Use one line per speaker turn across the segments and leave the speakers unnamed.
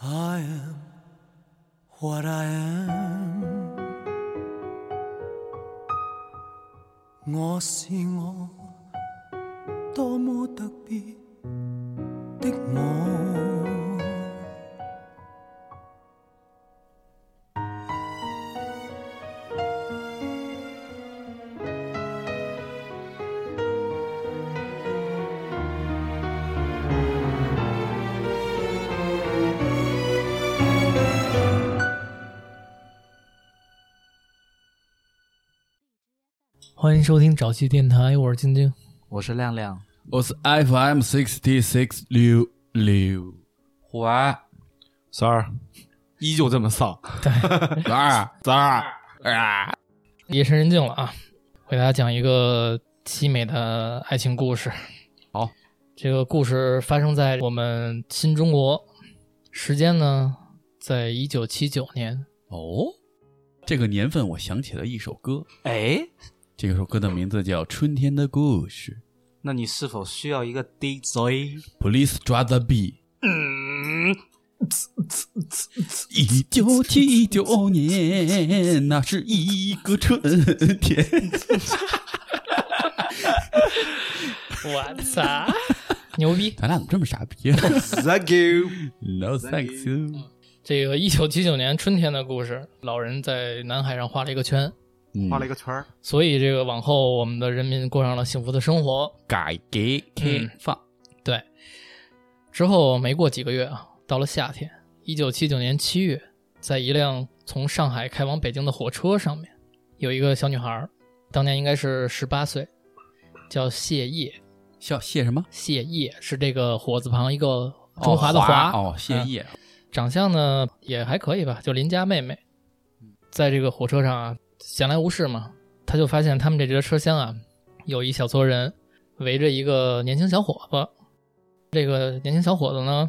I am what I am。我是我，多么特别的我。
欢迎收听早期电台，我是晶晶。
我是亮亮，
我是 FM sixty six 六六，
虎儿，
三儿， 依旧这么丧，三儿，三儿啊，
夜深人静了啊，给大家讲一个凄美的爱情故事。
好，
这个故事发生在我们新中国，时间呢在一九七九年。
哦，这个年份我想起了一首歌，
哎，
这首歌的名字叫《春天的故事
那你是否需要一个 DJ？》
，Please draw the bee。
嗯，
一九七九年，那是一个春天。
我操， 牛逼！
咱俩怎么这么傻逼啊
Thank you。
？No thanks you。
这个一九七九年春天的故事，老人在南海上画了一个圈，
嗯
画了一个圈儿，
所以这个往后我们的人民过上了幸福的生活。
改革开放，
对，之后没过几个月啊，到了夏天，一九七九年七月，在一辆从上海开往北京的火车上面，有一个小女孩儿，当年应该是十八岁，叫谢烨。
叫谢什么？
谢烨是这个火字旁一个中华的华，
哦，谢
嗯
烨。
长相呢也还可以吧，就邻家妹妹，在这个火车上啊，闲来无事嘛，他就发现他们这节车厢啊，有一小撮人围着一个年轻小伙子。这个年轻小伙子呢，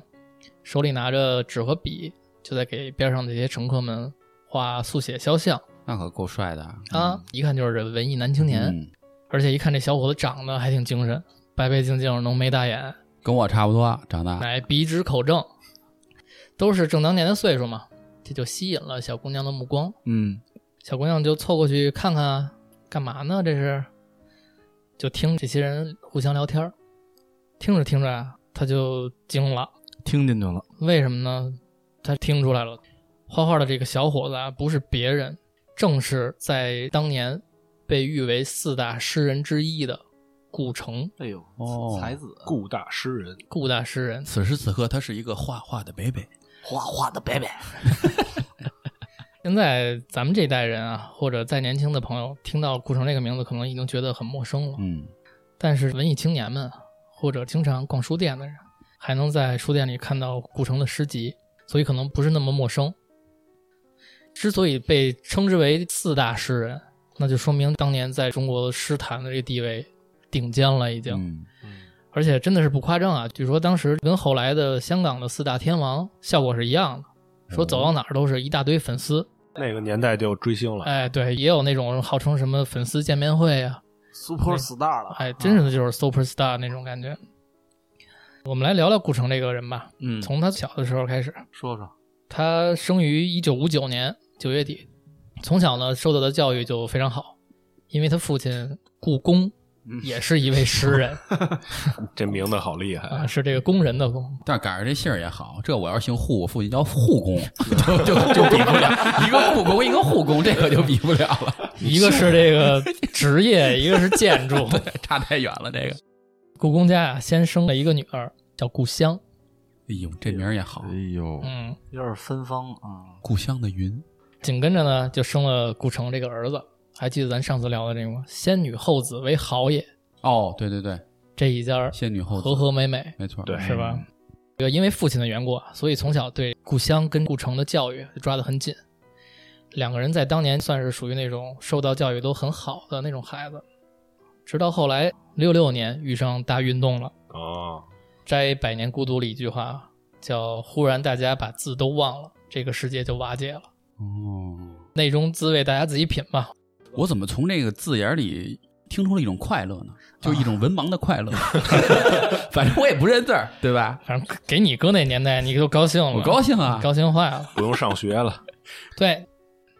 手里拿着纸和笔，就在给边上这些乘客们画速写肖像
那可够帅的啊
啊，一看就是文艺男青年。
嗯
而且一看这小伙子长得还挺精神，白白净净，浓眉大眼，
跟我差不多长大。
乃鼻直口正，都是正当年的岁数嘛，这就吸引了小姑娘的目光。
嗯，
小姑娘就凑过去看看啊，干嘛呢？这是，就听这些人互相聊天儿，听着听着啊，她就惊了，
听进去了，
为什么呢？她听出来了，画画的这个小伙子啊，不是别人，正是在当年被誉为四大诗人之一的顾城，
哎呦，
哦
才子，
顾大诗人，
顾大诗人。
此时此刻，他是一个画画的北北，
画画的伯伯，
现在咱们这代人啊，或者再年轻的朋友，听到顾城这个名字，可能已经觉得很陌生了。
嗯，
但是文艺青年们啊或者经常逛书店的人，还能在书店里看到顾城的诗集，所以可能不是那么陌生。之所以被称之为四大诗人，那就说明当年在中国诗坛的这个地位顶尖了，已经。
嗯，
而且真的是不夸张啊！据说当时跟后来的香港的四大天王效果是一样的，
哦
说走到哪儿都是一大堆粉丝。
那个年代就有追星了。
哎，对，也有那种号称什么粉丝见面会啊，
，super star 了，
哎，真是就是 super star 那种感觉。我们来聊聊顾城这个人吧，
嗯，
从他小的时候开始，
说说，
他生于一九五九年九月底，从小呢受到的教育就非常好，因为他父亲顾工也是一位诗 人
这名字好厉害，
哎
啊，是这个工人的工，
但赶上这姓儿也好，这我要姓护，我父亲叫护工， 就就就比不 了，一个护工，一个护工，这个就比不了 了，
一个是这个职业，一个是建 筑。
差太远了。这个，
顾公家呀，先生了一个女儿叫故乡，
哎呦，这名儿也好，
呦，
嗯，
有点芬芳啊，
故乡的云，
紧跟着呢，就生了顾城这个儿子。还记得咱上次聊的这个吗？先女后子为好也，
哦，对对对，
这一家儿
仙女后子，
和和美美，
没错，
对
是吧？这个因为父亲的缘故啊，所以从小对故乡跟顾城的教育抓得很紧。两个人在当年算是属于那种受到教育都很好的那种孩子，直到后来六六年遇上大运动了，
哦，
摘《百年孤独》里一句话叫“忽然大家把字都忘了，这个世界就瓦解了”。
哦，
内中滋味大家自己品吧。
我怎么从这个字眼儿里听出了一种快乐呢？
啊
就是一种文盲的快乐。 反正我也不认字儿，对吧？
反正给你哥那年代，你都高兴了，
我高兴啊！
高兴坏了。
不用上学 了。
对，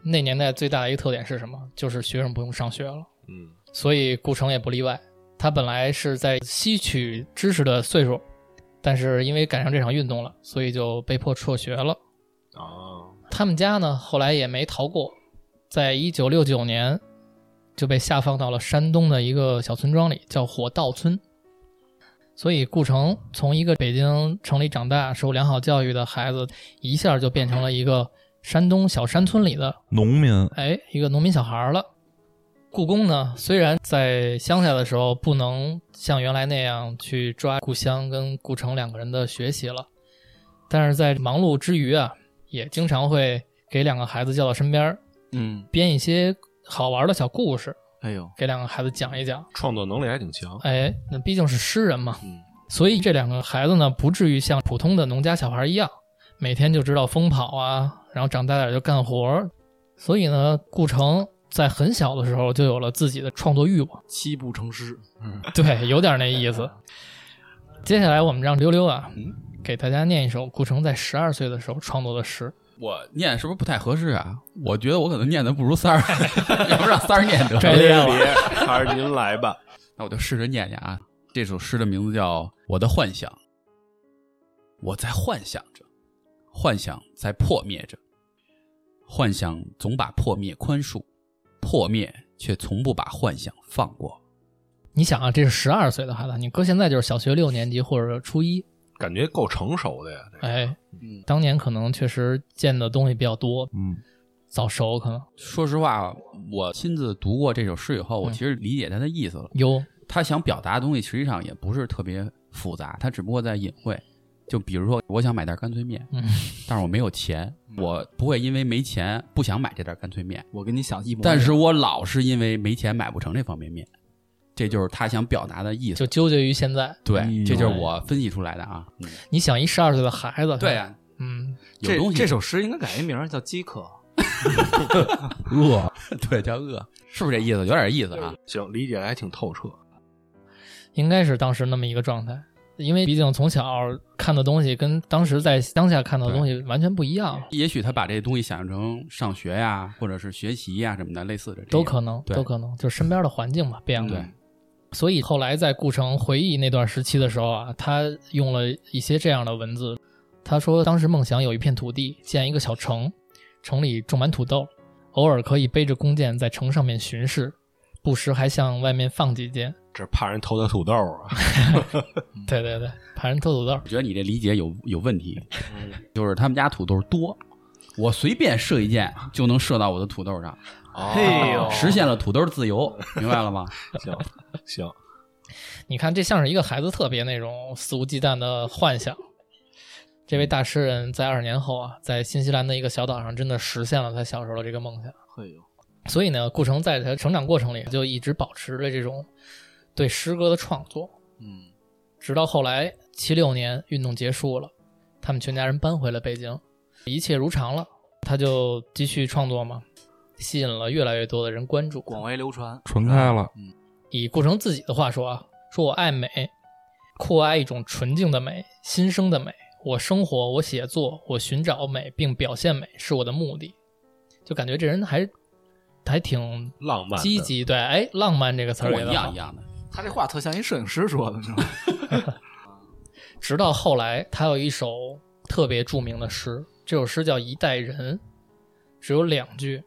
那年代最大的一个特点是什么？就是学生不用上学了，
嗯，
所以顾城也不例外。他本来是在吸取知识的岁数，但是因为赶上这场运动了，所以就被迫辍学了。
啊，
他们家呢，后来也没逃过，在一九六九年就被下放到了山东的一个小村庄里，叫火稻村。所以，顾城从一个北京城里长大、受良好教育的孩子，一下就变成了一个山东小山村里的
农民
哎一个农民小孩儿了。故宫呢，虽然在乡下的时候不能像原来那样去抓故乡跟顾城两个人的学习了，但是在忙碌之余啊，也经常会给两个孩子叫到身边儿，
嗯，
编一些好玩的小故事
哎呦，
给两个孩子讲一讲。
创作能力还挺强。
哎，那毕竟是诗人嘛，
嗯
所以这两个孩子呢，不至于像普通的农家小孩一样，每天就知道疯跑啊，然后长大点就干活儿。所以呢，顾城在很小的时候就有了自己的创作欲望，
七步成诗，
对，有点那意思。接下来我们让溜溜啊，给大家念一首顾城在十二岁的时候创作的诗。
我念是不是不太合适啊？我觉得我可能念的不如三儿， 要不让三儿念
哎
得了。
这
别，还是您来吧。
那我就试着念念啊。这首诗的名字叫《我的幻想》。我在幻想着，幻想在破灭着，幻想总把破灭宽恕，破灭却从不把幻想放过。
你想啊，这是十二岁的孩子，你哥现在就是小学六年级或者初一，
感觉够成熟的呀。这个
哎，
嗯，
当年可能确实见的东西比较多，
嗯，
早熟可能
说实话，啊我亲自读过这首诗以后，
嗯
我其实理解他的意思了。
有
他想表达的东西实际上也不是特别复杂，他只不过在隐晦。就比如说，我想买袋干脆面，
嗯，
但是我没有钱，
嗯
我不会因为没钱不想买这袋干脆面，
我跟你想一模一样，
但是我老是因为没钱买不成这方便面，这就是他想表达的意思
就。纠结于现在。
对，
嗯
这就是我分析出来的啊。
你想一十二岁的孩子，
对，啊，
嗯，
有
这
东西
这首诗应该改一名儿叫《饥渴》，
饿， 对，叫饿，是不是这意思？有点意思啊。
行，理解的还挺透彻。
应该是当时那么一个状态，因为毕竟从小看的东西跟当时在当下看到的东西完全不一样，
也许他把这东西想象成上学呀、或者是学习呀、什么的，类似的这种，
都可能，
对
都可能，就是身边的环境嘛变了。
对，
所以后来在顾城回忆那段时期的时候啊，他用了一些这样的文字。他说，当时梦想有一片土地，建一个小城，城里种满土豆，偶尔可以背着弓箭在城上面巡视，不时还向外面放几箭。
这怕人偷他土豆 啊！
嗯
对对对，盘人偷土豆
我。觉得你这理解有有问题，就是他们家土豆多，我随便射一箭就能射到我的土豆上，
嘿
哎
呦
实现了土豆自由，明白了吗？
行行，
你看，这像是一个孩子特别那种肆无忌惮的幻想。这位大诗人在二十年后啊，在新西兰的一个小岛上，真的实现了他小时候的这个梦想。
哎呦，
所以呢，顾城在他成长过程里就一直保持着这种对诗歌的创作，
嗯，
直到后来七六年运动结束了，他们全家人搬回了北京，一切如常了，他就继续创作嘛，吸引了越来越多的人关注。
广为流传，
传开了，
嗯
以顾城自己的话说啊，说我爱美，酷爱一种纯净的美，新生的美。我生活，我写作，我寻找美并表现美是我的目的。就感觉这人还还挺
浪漫的
积极，对，哎，浪漫这个词儿
跟我
给
一
的
样
好
一。样的。
他这话特像一摄影师说的，你知道吗？
直到后来，他有一首特别著名的诗，这首诗叫《一代人》，只有两句，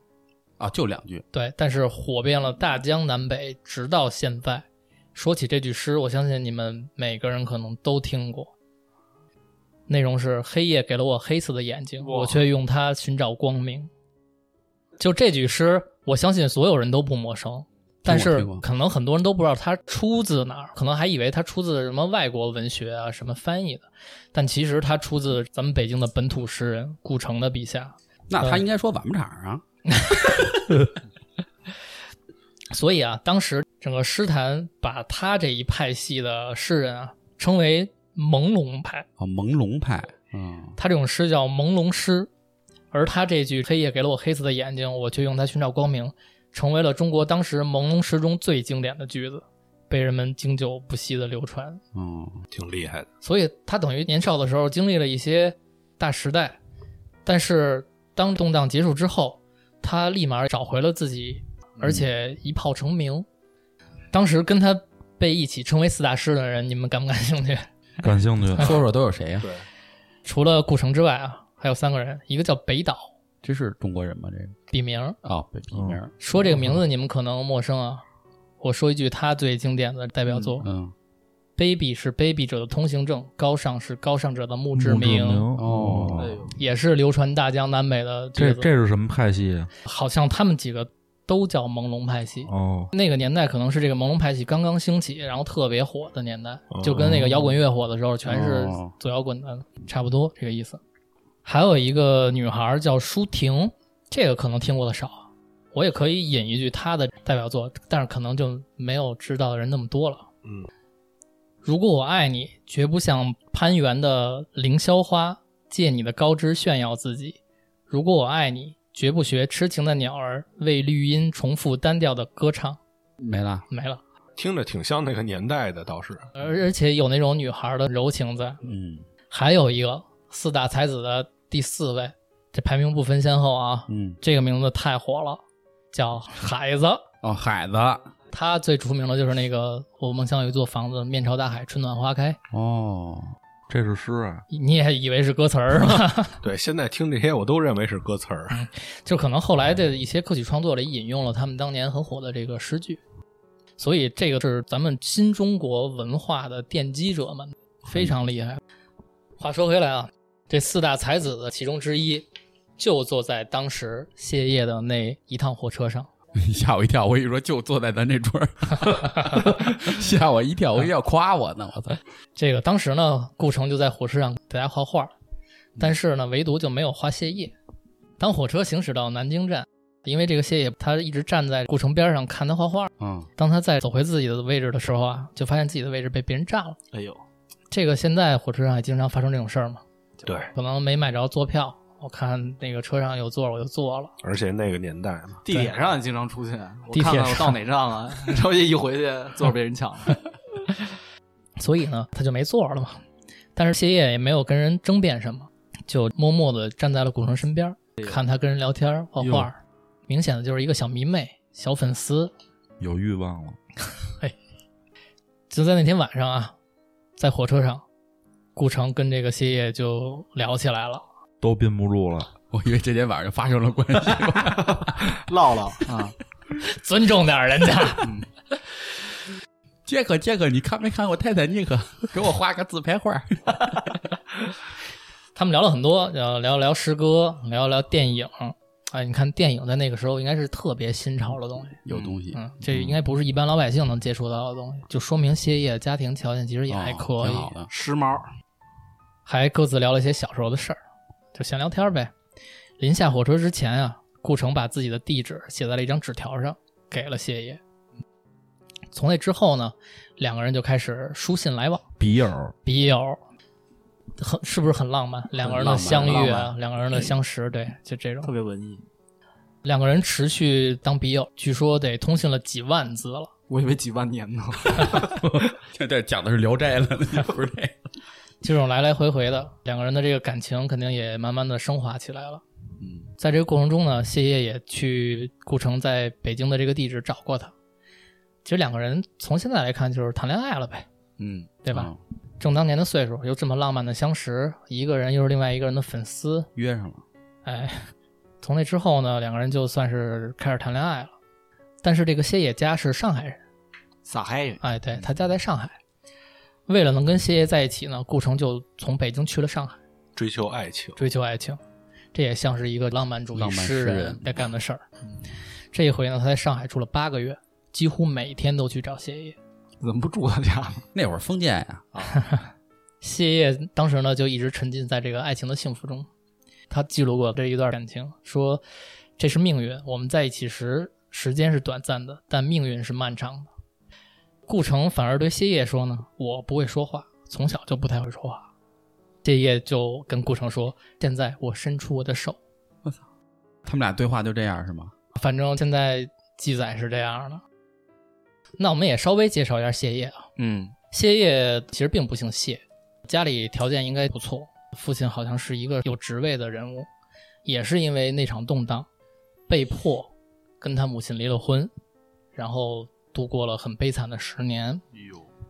啊，就两句，
对，但是火遍了大江南北，直到现在。说起这句诗，我相信你们每个人可能都听过。内容是：黑夜给了我黑色的眼睛，
哇
我却用它寻找光明。就这句诗，我相信所有人都不陌生，但是
听过
可能很多人都不知道它出自哪儿，可能还以为它出自什么外国文学啊，什么翻译的，但其实它出自咱们北京的本土诗人顾城的笔下。
那他应该说晚不场啊，
所以啊，当时整个诗坛把他这一派系的诗人啊称为朦胧派，
啊，朦胧派，嗯，
他这种诗叫朦胧诗，而他这句“黑夜给了我黑色的眼睛，我却用它寻找光明”成为了中国当时朦胧诗中最经典的句子，被人们经久不息的流传。
嗯，
挺厉害的。
所以他等于年少的时候经历了一些大时代，但是当动荡结束之后，他立马找回了自己，而且一炮成名。当时跟他被一起称为四大师的人，你们 感不感兴趣？
感兴
嗯
趣。
说说都有谁呀、
对，
除了顾城之外啊，还有三个人，一个叫北岛，
这是中国人吗？这个
笔名。
啊，北笔名，
说这个名字你们可能陌生啊，我说一句他最经典的代表作
嗯，
：“Baby 是 baby 者的通行证，高尚是高尚者的墓志铭。
哦
嗯
哎，呦，
也是流传大江南北的句
这
子。
这是什么派系？啊
好像他们几个都叫朦胧派系。
哦，
那个年代可能是这个朦胧派系刚刚兴起，然后特别火的年代
哦，
就跟那个摇滚乐火的时候，全是
哦
左摇滚的差不多这个意思。还有一个女孩叫舒婷，这个可能听过的少，我也可以引一句她的代表作，但是可能就没有知道的人那么多了。
嗯，
如果我爱你，绝不像攀援的凌霄花，借你的高枝炫耀自己；如果我爱你，绝不学痴情的鸟儿，为绿荫重复单调的歌唱。
没了。
没了，
听着挺像那个年代的，倒是
而而且有那种女孩的柔情在。
嗯
还有一个四大才子的第四位，这排名不分先后啊，
嗯，
这个名字太火了，叫海子。
哦，海子，
他最出名的就是那个“我梦想有一座房子，面朝大海，春暖花开
哦，
这是诗啊”，。
你也以为是歌词儿是吧？
对。现在听这些，我都认为是歌词儿。
嗯
就可能后来的一些歌曲创作里引用了他们当年很火的这个诗句，所以这个是咱们新中国文化的奠基者们，非常厉害。话说回来啊，这四大才子的其中之一，就坐在当时谢烨的那一趟火车上。
吓我一跳！我跟你说，就坐在咱这桌儿， 吓我一跳！我以为要夸我呢，我操！
这个当时呢，顾城就在火车上给大家画画，但是呢，唯独就没有画谢烨。当火车行驶到南京站，因为这个谢烨他一直站在顾城边上看他画画，
嗯，
当他再走回自己的位置的时候啊，就发现自己的位置被别人占了。
哎呦，
这个现在火车上也经常发生这种事儿嘛，
对，
可能没买着坐票，我看那个车上有座儿我就坐了。
而且那个年代嘛，
地铁上也经常出现，我
地铁
看看我
上
到哪站了，然后一回去座儿被人抢了。
所以呢，他就没座了嘛。但是谢烨也没有跟人争辩什么，就默默的站在了古城身边，看他跟人聊天、画画，明显的就是一个小迷妹、小粉丝。
有欲望了。
就在那天晚上啊，在火车上，顾城跟这个谢烨就聊起来了。
都憋不住了，
我以为这天晚上就发生了关系。
唠唠啊，
尊重点儿人家。
杰克，杰克，你看没看过《泰坦尼克》？给我画个自拍画。
嗯
他们聊了很多，呃，聊聊诗歌，聊聊电影。哎，你看电影在那个时候应该是特别新潮的东西，
有东西，
嗯，这应该不是一般老百姓能接触到的东西，就说明歇业家庭条件其实也还
哦
可以
挺，好的。
时髦，
还各自聊了一些小时候的事儿，就闲聊天呗。临下火车之前啊，顾城把自己的地址写在了一张纸条上，给了谢烨。从那之后呢，两个人就开始书信来往，
笔友
笔友，很是不是很浪漫？两个人的
浪漫
相遇
浪
啊，两个人的相识，对，就这种
特。别文 艺。
两个人持续当笔友，据说得通信了几万字了。
我以为几万年呢，
现在讲的是《聊斋》了，不是这个。
这种来来回回的，两个人的这个感情肯定也慢慢的升华起来了。
嗯，
在这个过程中呢，谢烨也去顾城在北京的这个地址找过他。其实两个人从现在来看就是谈恋爱了呗，
嗯，
对吧？
嗯
正当年的岁数，又这么浪漫的相识，一个人又是另外一个人的粉丝，
约上了，
哎，从那之后呢，两个人就算是开始谈恋爱了。但是这个谢烨家是上海人。
撒嗨人，
哎，对他家在上海。为了能跟谢烨在一起呢，顾城就从北京去了上海，
追求爱情，
追求爱情。这也像是一个浪漫主义
浪
诗
漫诗
人
人嗯
该干的事儿。这一回呢，他在上海住了八个月，几乎每天都去找谢烨。
怎么不住他家呢？
那会儿封建呀，
谢烨当时呢，就一直沉浸在这个爱情的幸福中。他记录过这一段感情，说：“这是命运，我们在一起时，时间是短暂的，但命运是漫长的。”顾城反而对谢烨说呢：“我不会说话，从小就不太会说话。”谢烨就跟顾城说：“现在我伸出我的手，
他们俩对话就这样是吗？
反正现在记载是这样的。那我们也稍微介绍一下谢烨啊，
嗯
谢烨其实并不姓谢，家里条件应该不错，父亲好像是一个有职位的人物，也是因为那场动荡，被迫跟他母亲离了婚，然后度过了很悲惨的十年，
哎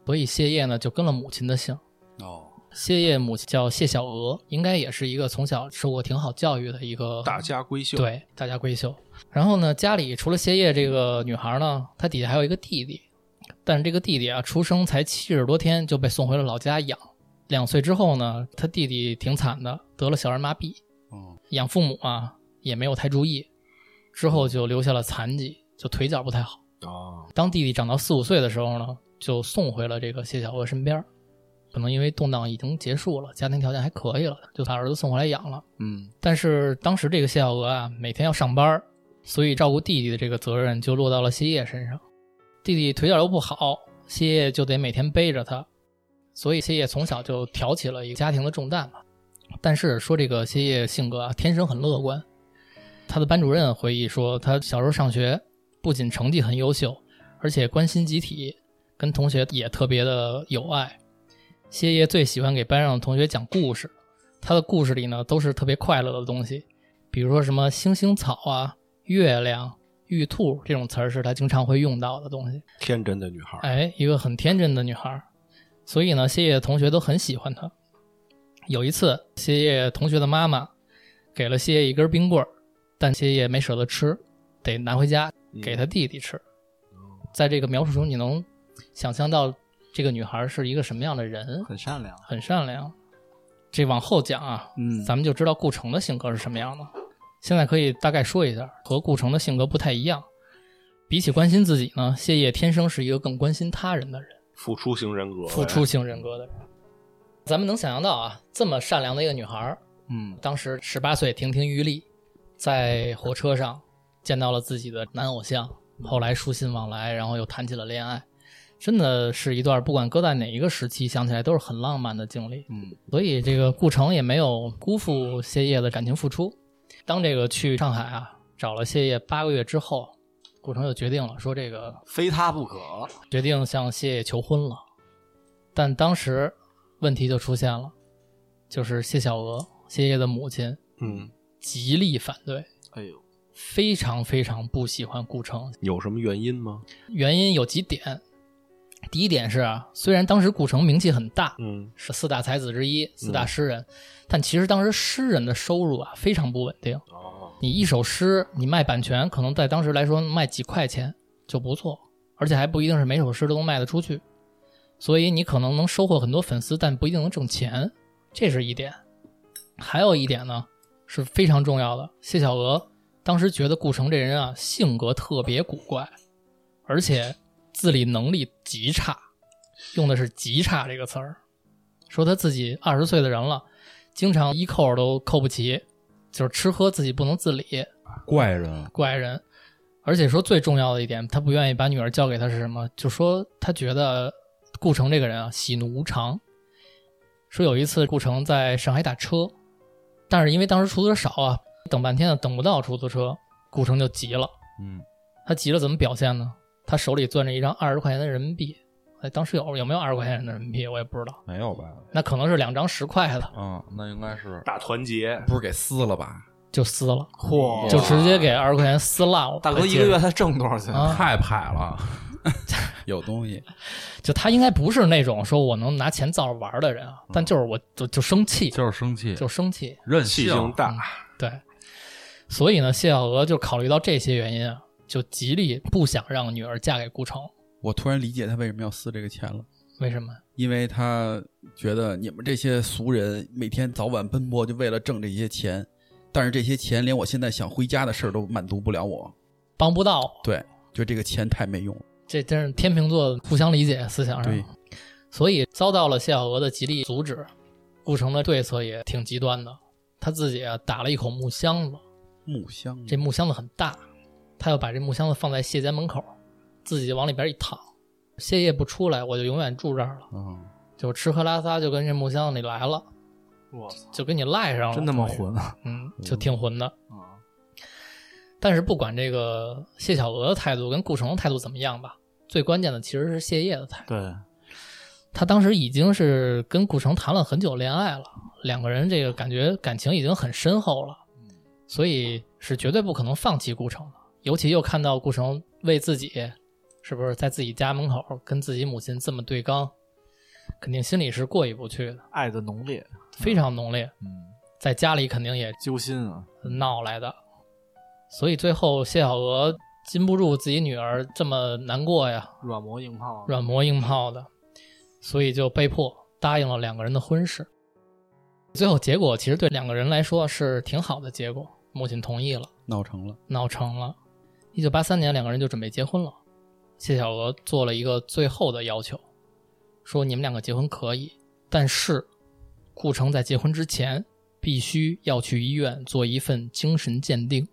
所以谢烨呢就跟了母亲的姓。
哦，
谢烨母亲叫谢小娥，应该也是一个从小受过挺好教育的一个
大家闺秀，，
对，大家闺秀。然后呢，家里除了谢烨这个女孩呢，她底下还有一个弟弟，但是这个弟弟啊，出生才七十多天就被送回了老家养。两岁之后呢，他弟弟挺惨的，得了小儿麻痹，
哦，
养父母啊也没有太注意，之后就留下了残疾，就腿脚不太好。
哦，
当弟弟长到四五岁的时候呢，就送回了这个谢小娥身边儿。可能因为动荡已经结束了，家庭条件还可以了，就把儿子送回来养了。
嗯，
但是当时这个谢小娥啊，每天要上班儿，所以照顾弟弟的这个责任就落到了谢烨身上。弟弟腿脚又不好，谢烨就得每天背着他，所以谢烨从小就挑起了一个家庭的重担嘛。但是说这个谢烨性格啊，天生很乐观。他的班主任回忆说，他小时候上学不仅成绩很优秀，而且关心集体，跟同学也特别的友爱。谢烨最喜欢给班上的同学讲故事，他的故事里呢都是特别快乐的东西，比如说什么星星草啊、月亮、玉兔这种词儿是他经常会用到的东西。
天真的女孩，
哎，一个很天真的女孩儿，所以呢，谢烨同学都很喜欢她。有一次，谢烨同学的妈妈给了谢烨一根冰棍儿，但谢烨没舍得吃，得拿回家给他弟弟吃。在这个描述中，你能想象到这个女孩儿是一个什么样的人？
很善良，
很善良。这往后讲啊，
嗯
咱们就知道顾城的性格是什么样的。现在可以大概说一下，和顾城的性格不太一样。比起关心自己呢，谢烨天生是一个更关心他人的人，
付出型人格，哎
付出型人格的人。咱们能想象到啊，这么善良的一个女孩儿，
嗯
当时十八岁亭亭玉立，在火车上见到了自己的男偶像，后来书信往来，然后又谈起了恋爱，真的是一段不管搁在哪一个时期想起来都是很浪漫的经历。
嗯，
所以这个顾城也没有辜负谢烨的感情付出。当这个去上海啊找了谢烨八个月之后，顾城就决定了，说这个
非他不可，
决定向谢烨求婚了。但当时问题就出现了，就是谢小娥，谢烨的母亲
嗯，
极力反对，
哎呦，
非常非常不喜欢顾城。
有什么原因吗？
原因有几点，第一点是啊，虽然当时顾城名气很大，
嗯，
是四大才子之一，四大诗人，但其实当时诗人的收入啊非常不稳定。
哦，
你一首诗，你卖版权，可能在当时来说卖几块钱就不错，而且还不一定是每首诗都能卖得出去，所以你可能能收获很多粉丝，但不一定能挣钱，这是一点。还有一点呢，是非常重要的。谢小娥当时觉得顾城这人啊，性格特别古怪，而且自理能力极差，用的是“极差”这个词儿，说他自己二十岁的人了，经常一扣都扣不齐，就是吃喝自己不能自理，
怪人，
怪人。而且说最重要的一点，他不愿意把女儿交给他是什么？就说他觉得顾城这个人啊，喜怒无常。说有一次顾城在上海打车，但是因为当时出租车少啊，等半天等不到出租车，顾城就急了。
嗯，
他急了怎么表现呢？他手里攥着一张二十块钱的人民币，哎，当时有有没有二十块钱的人民币我也不知道，
没有吧？
那可能是两张十块的，
啊，那应该是
大团结，
不是给撕了吧？
就撕了，
嚯
就直接给二十块钱撕烂了。
大哥一个月才挣多少钱？
啊，
太派了， 有东西。
就他应该不是那种说我能拿钱造着玩儿的人
嗯
啊，但就是我就就生气，
就是生气，
就生气。
任
气
性，
性大，
对，所以呢，谢小娥就考虑到这些原因啊，就极力不想让女儿嫁给顾城。
我突然理解他为什么要撕这个钱了，
为什么？
因为他觉得你们这些俗人每天早晚奔波，就为了挣这些钱，但是这些钱连我现在想回家的事儿都满足不了我。
帮不到我，
对，就这个钱太没用了。
这真是天秤座互相理解思想
对
上，所以遭到了谢小娥的极力阻止。顾城的对策也挺极端的，他自己啊打了一口木箱子，
木箱
这木箱子很大，他要把这木箱子放在谢家门口，自己往里边一躺，谢烨不出来，我就永远住这儿了，
嗯，
就吃喝拉撒就跟这木箱子里来了，
我操，
哦
就跟你赖上了，
真他妈，混啊！
嗯，就挺混的。
啊
但是不管这个谢小娥的态度跟顾城的态度怎么样吧，最关键的其实是谢烨的态度。
对，
他当时已经是跟顾城谈了很久恋爱了，两个人这个感觉感情已经很深厚了，所以是绝对不可能放弃顾城的。尤其又看到顾城为自己是不是在自己家门口跟自己母亲这么对刚，肯定心里是过意不去的，
爱的浓烈，
非常浓烈。
嗯，
在家里肯定也
揪心啊，
闹来的，所以最后谢小娥禁不住自己女儿这么难过呀，
软磨硬泡，啊
软磨硬泡的，所以就被迫答应了两个人的婚事。最后结果其实对两个人来说是挺好的结果，母亲同意了，
闹成了。
闹成了。一九八三年，两个人就准备结婚了。谢小娥做了一个最后的要求，说你们两个结婚可以，但是顾城在结婚之前必须要去医院做一份精神鉴定，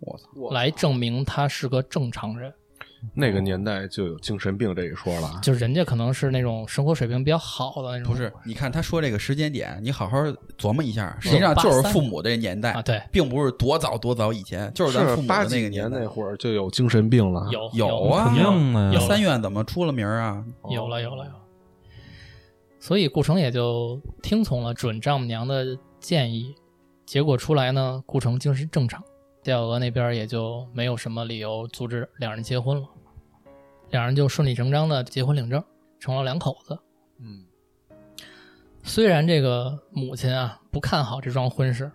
我操，
来证明他是个正常人。
那个年代就有精神病这一说 了啊。
就是人家可能是那种生活水平比较好的那种，
不是，你看他说这个时间点，你好好琢磨一下，实际上
83
就是父母这年代
啊？，对，
并不是多早多早以前，就是咱父母
八
的
几
那个
年
代
那。会儿就有精神病了，
有
有啊，
肯定的呀
那
有
三院怎么出了名儿啊？
哦
有了有了有了。所以顾城也就听从了准丈母娘的建议，结果出来呢，顾城精神正常，谢小娥那边也就没有什么理由阻止两人结婚了，两人就顺理成章的结婚领证，成了两口子。
嗯，
虽然这个母亲啊不看好这桩婚事，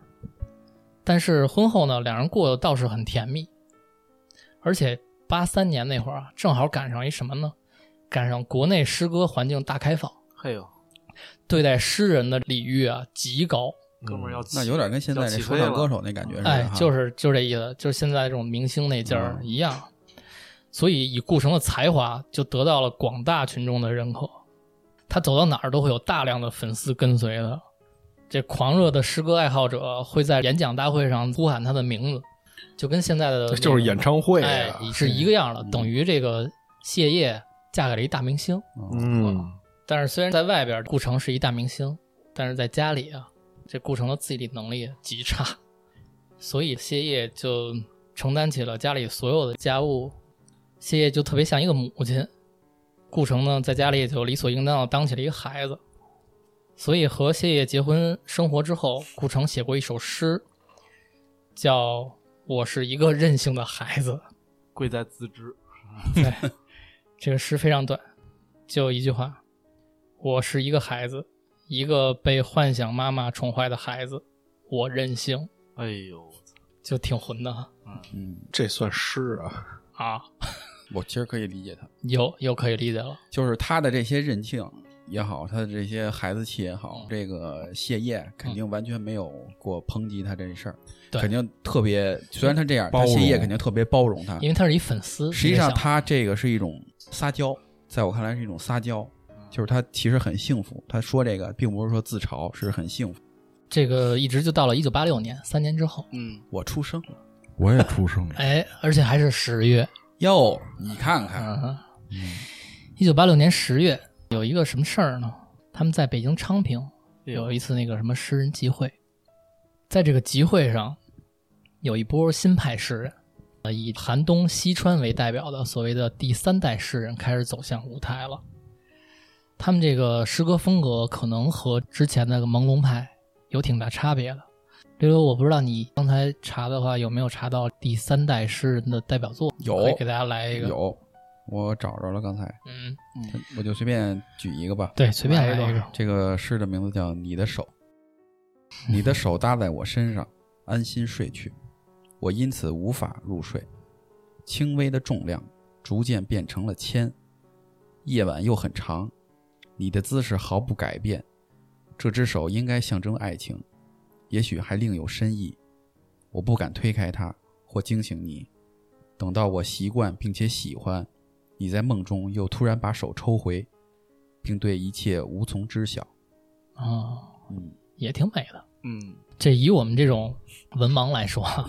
但是婚后呢，两人过得倒是很甜蜜。而且八三年那会儿啊，正好赶上一什么呢？赶上国内诗歌环境大开放，
嘿呦，
对待诗人的礼遇啊极高。
哥们儿
嗯
要
那有点跟现在
要
这
起
说
飞
唱歌
了，
手那感觉似的
哎
哈，
就是就是这意思，就是现在这种明星那劲儿一样。所以，以顾城的才华就得到了广大群众的认可，他走到哪儿都会有大量的粉丝跟随的。这狂热的诗歌爱好者会在演讲大会上呼喊他的名字，就跟现在的那
就是
种
演唱会
哎
啊，
是一个样的，等于这个谢烨嫁给了一大明星。
嗯，
但是虽然在外边顾城是一大明星，但是在家里啊，这顾城的自理能力极差，所以谢烨就承担起了家里所有的家务。谢烨就特别像一个母亲，顾城呢在家里也就理所应当的当起了一个孩子。所以和谢烨结婚生活之后，顾城写过一首诗，叫《我是一个任性的孩子》。
贵在自知，
这个诗非常短，就一句话：“我是一个孩子，一个被幻想妈妈宠坏的孩子，我任性。
哎呦，”
就挺混的哈
嗯，
这算诗啊？
啊，
我其实可以理解他，
有有可以理解了，
就是他的这些任性也好，他的这些孩子气也
嗯
好，这个谢烨肯定完全没有过抨击他这事儿，
对
肯定特别，虽然他这样，
包
他
容
谢烨肯定特别包容他
因，为他是一粉丝。
实际上
你得想
他这个是一种撒娇，在我看来是一种撒娇，
嗯
就是他其实很幸福，他说这个并不是说自嘲，是很幸福。
这个一直就到了一九八六年，三年之后，
嗯，
我出生了
我也出生了，
哎，而且还是十月，
哟，你看看，
嗯，一九八六年十月有一个什么事儿呢？他们在北京昌平
哎
有一次那个什么诗人集会，在这个集会上，有一波新派诗人，呃，以寒冬、西川为代表的所谓的第三代诗人开始走向舞台了。他们这个诗歌风格可能和之前的朦胧派有挺大差别的。溜溜，我不知道你刚才查的话有没有查到第三代诗人的代表作？
有
可以给大家来一个。，
有，我找着了，刚才
嗯，
我就随便举一个吧。
对，随便来
来
一个。
这个诗的名字叫《你 的手》，你的手搭在我身上，安心睡去，我因此无法入睡。轻微的重量逐渐变成了铅，夜晚又很长，你的姿势毫不改变。这只手应该象征爱情，也许还另有深意。我不敢推开它或惊醒你，等到我习惯并且喜欢，你在梦中又突然把手抽回，并对一切无从知晓。
哦，
嗯，
也挺美的。
嗯，
这以我们这种文盲来说 啊，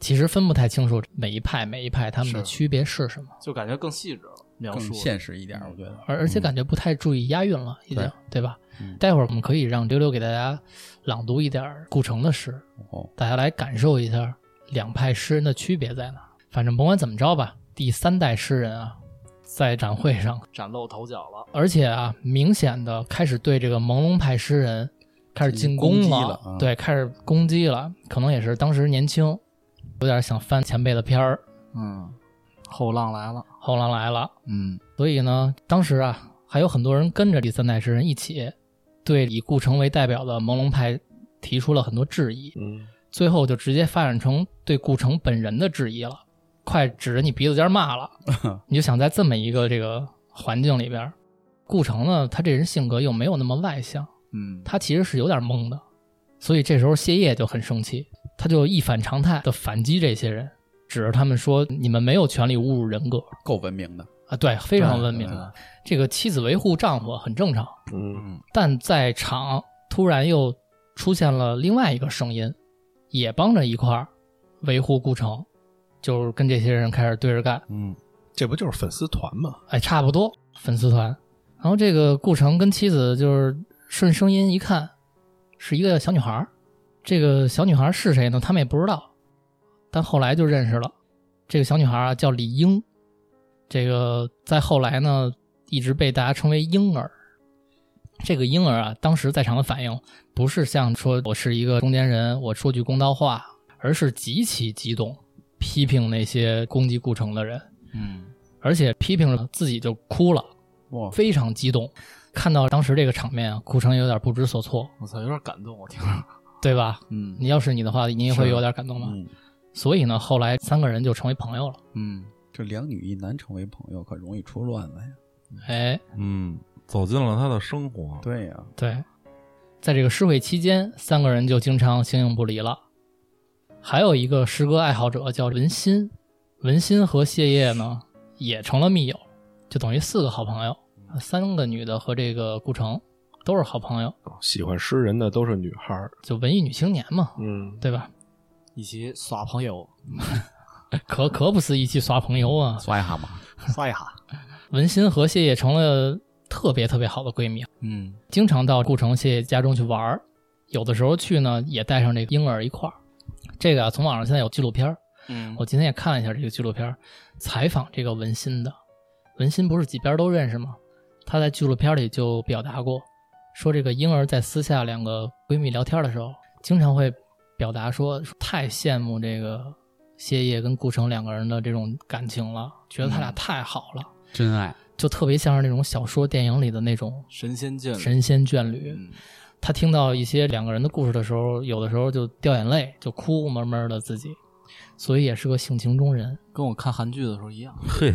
其实分不太清楚每一派每一派他们的区别是什么，
就感觉更细致了，描
更
述
现实一点，我觉得。
而而且感觉不太注意押韵了，已经
嗯对
对吧？
嗯
待会儿我们可以让溜溜给大家朗读一点顾城的诗，
哦，
大家来感受一下两派诗人的区别在哪儿。反正甭管怎么着吧，第三代诗人啊，在展会上，
崭露头角了。
而且啊，明显的开始对这个朦胧派诗人开始进攻
进行攻击了啊
对，开始攻击了。可能也是当时年轻，有点想翻前辈的片儿，
嗯，后浪来了。
后浪来了。
嗯，
所以呢，当时啊，还有很多人跟着第三代诗人一起，对以顾城为代表的朦胧派提出了很多质疑，
嗯
最后就直接发展成对顾城本人的质疑了，快指着你鼻子尖儿骂 了。你就想在这么一个这个环境里边儿，顾城呢，他这人性格又没有那么外向，
嗯，
他其实是有点懵的，所以这时候谢烨就很生气，他就一反常态的反击这些人，指着他们说：“你们没有权利侮辱人格
够文明的，
啊！”对，非常文明啊
对。
这个妻子维护丈夫很正常，
嗯
但在场突然又出现了另外一个声音，也帮着一块儿维护顾城，就是跟这些人开始对着干。
嗯，这不就是粉丝团吗？
哎，差不多粉丝团。然后这个顾城跟妻子就是顺声音一看，是一个小女孩儿。这个小女孩儿是谁呢？他们也不知道，但后来就认识了。这个小女孩儿啊叫李英，这个在后来呢一直被大家称为婴儿。这个婴儿啊，当时在场的反应不是像说我是一个中间人，我说句公道话，而是极其激动，批评那些攻击顾城的人。
嗯，
而且批评了自己就哭了，
哇，
非常激动。看到当时这个场面啊，顾城有点不知所措，
我操，有点感动，我听着。
对吧？
嗯
你要是你的话，你也会
是
有点感动吧？
嗯，
所以呢，后来三个人就成为朋友了。
嗯，
这两女一男成为朋友可容易出乱子呀。
哎，
嗯，走进了他的生活。
对呀、
对，在这个诗会期间，三个人就经常形影不离了。还有一个诗歌爱好者叫文心，文心和谢烨呢也成了密友，就等于四个好朋友，三个女的和这个顾城都是好朋友，
喜欢诗人的都是女孩儿，
就文艺女青年嘛，
嗯，
对吧？
一起耍 朋友，
可可不是一起耍朋友啊！
刷一下嘛，
耍 一下。
文心和谢烨成了特别特别好的闺蜜，
嗯
经常到顾城、谢烨家中去玩儿，有的时候去呢也带上这个婴儿一块儿。这个啊，从网上现在有纪录片儿，
嗯
我今天也看了一下这个纪录片儿，采访这个文心的。文心不是几边都认识吗？她在纪录片里就表达过，说这个婴儿在私下两个闺蜜聊天的时候，经常会表达说说太羡慕这个谢烨跟顾城两个人的这种感情了，觉得他俩太好了，
嗯真爱，
就特别像是那种小说、电影里的那种
神仙
嗯
眷侣。
神仙眷侣。
嗯
他听到一些两个人的故事的时候，有的时候就掉眼泪，就哭闷闷的自己，所以也是个性情中人。
跟我看韩剧的时候一样。
嘿，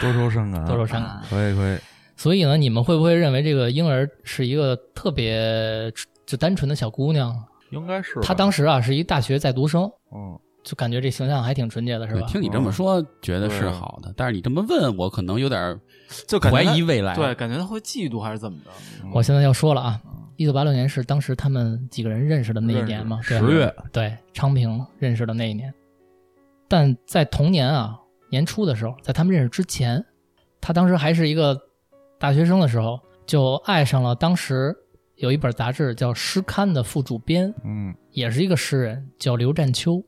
多愁善感，啊
多愁善感。
可以可以，
所以呢，你们会不会认为这个婴儿是一个特别就单纯的小姑娘？
应该是吧
她当时啊是一大学在读生，
嗯，
就感觉这形象还挺纯洁的，是吧？
听你这么说，觉得是好的，但是你这么问我，可能有点
就感觉
怀
他
疑未来。
对，，感觉他会嫉妒还是怎么着？
嗯
我现在要说了啊，一九八六年是当时他们几个人认识的那一年嘛，对
十月，
对昌平认识的那一年。但在同年啊年初的时候，在他们认识之前，他当时还是一个大学生的时候，就爱上了当时有一本杂志叫《诗刊》的副主编，
嗯
也是一个诗人，叫刘占秋。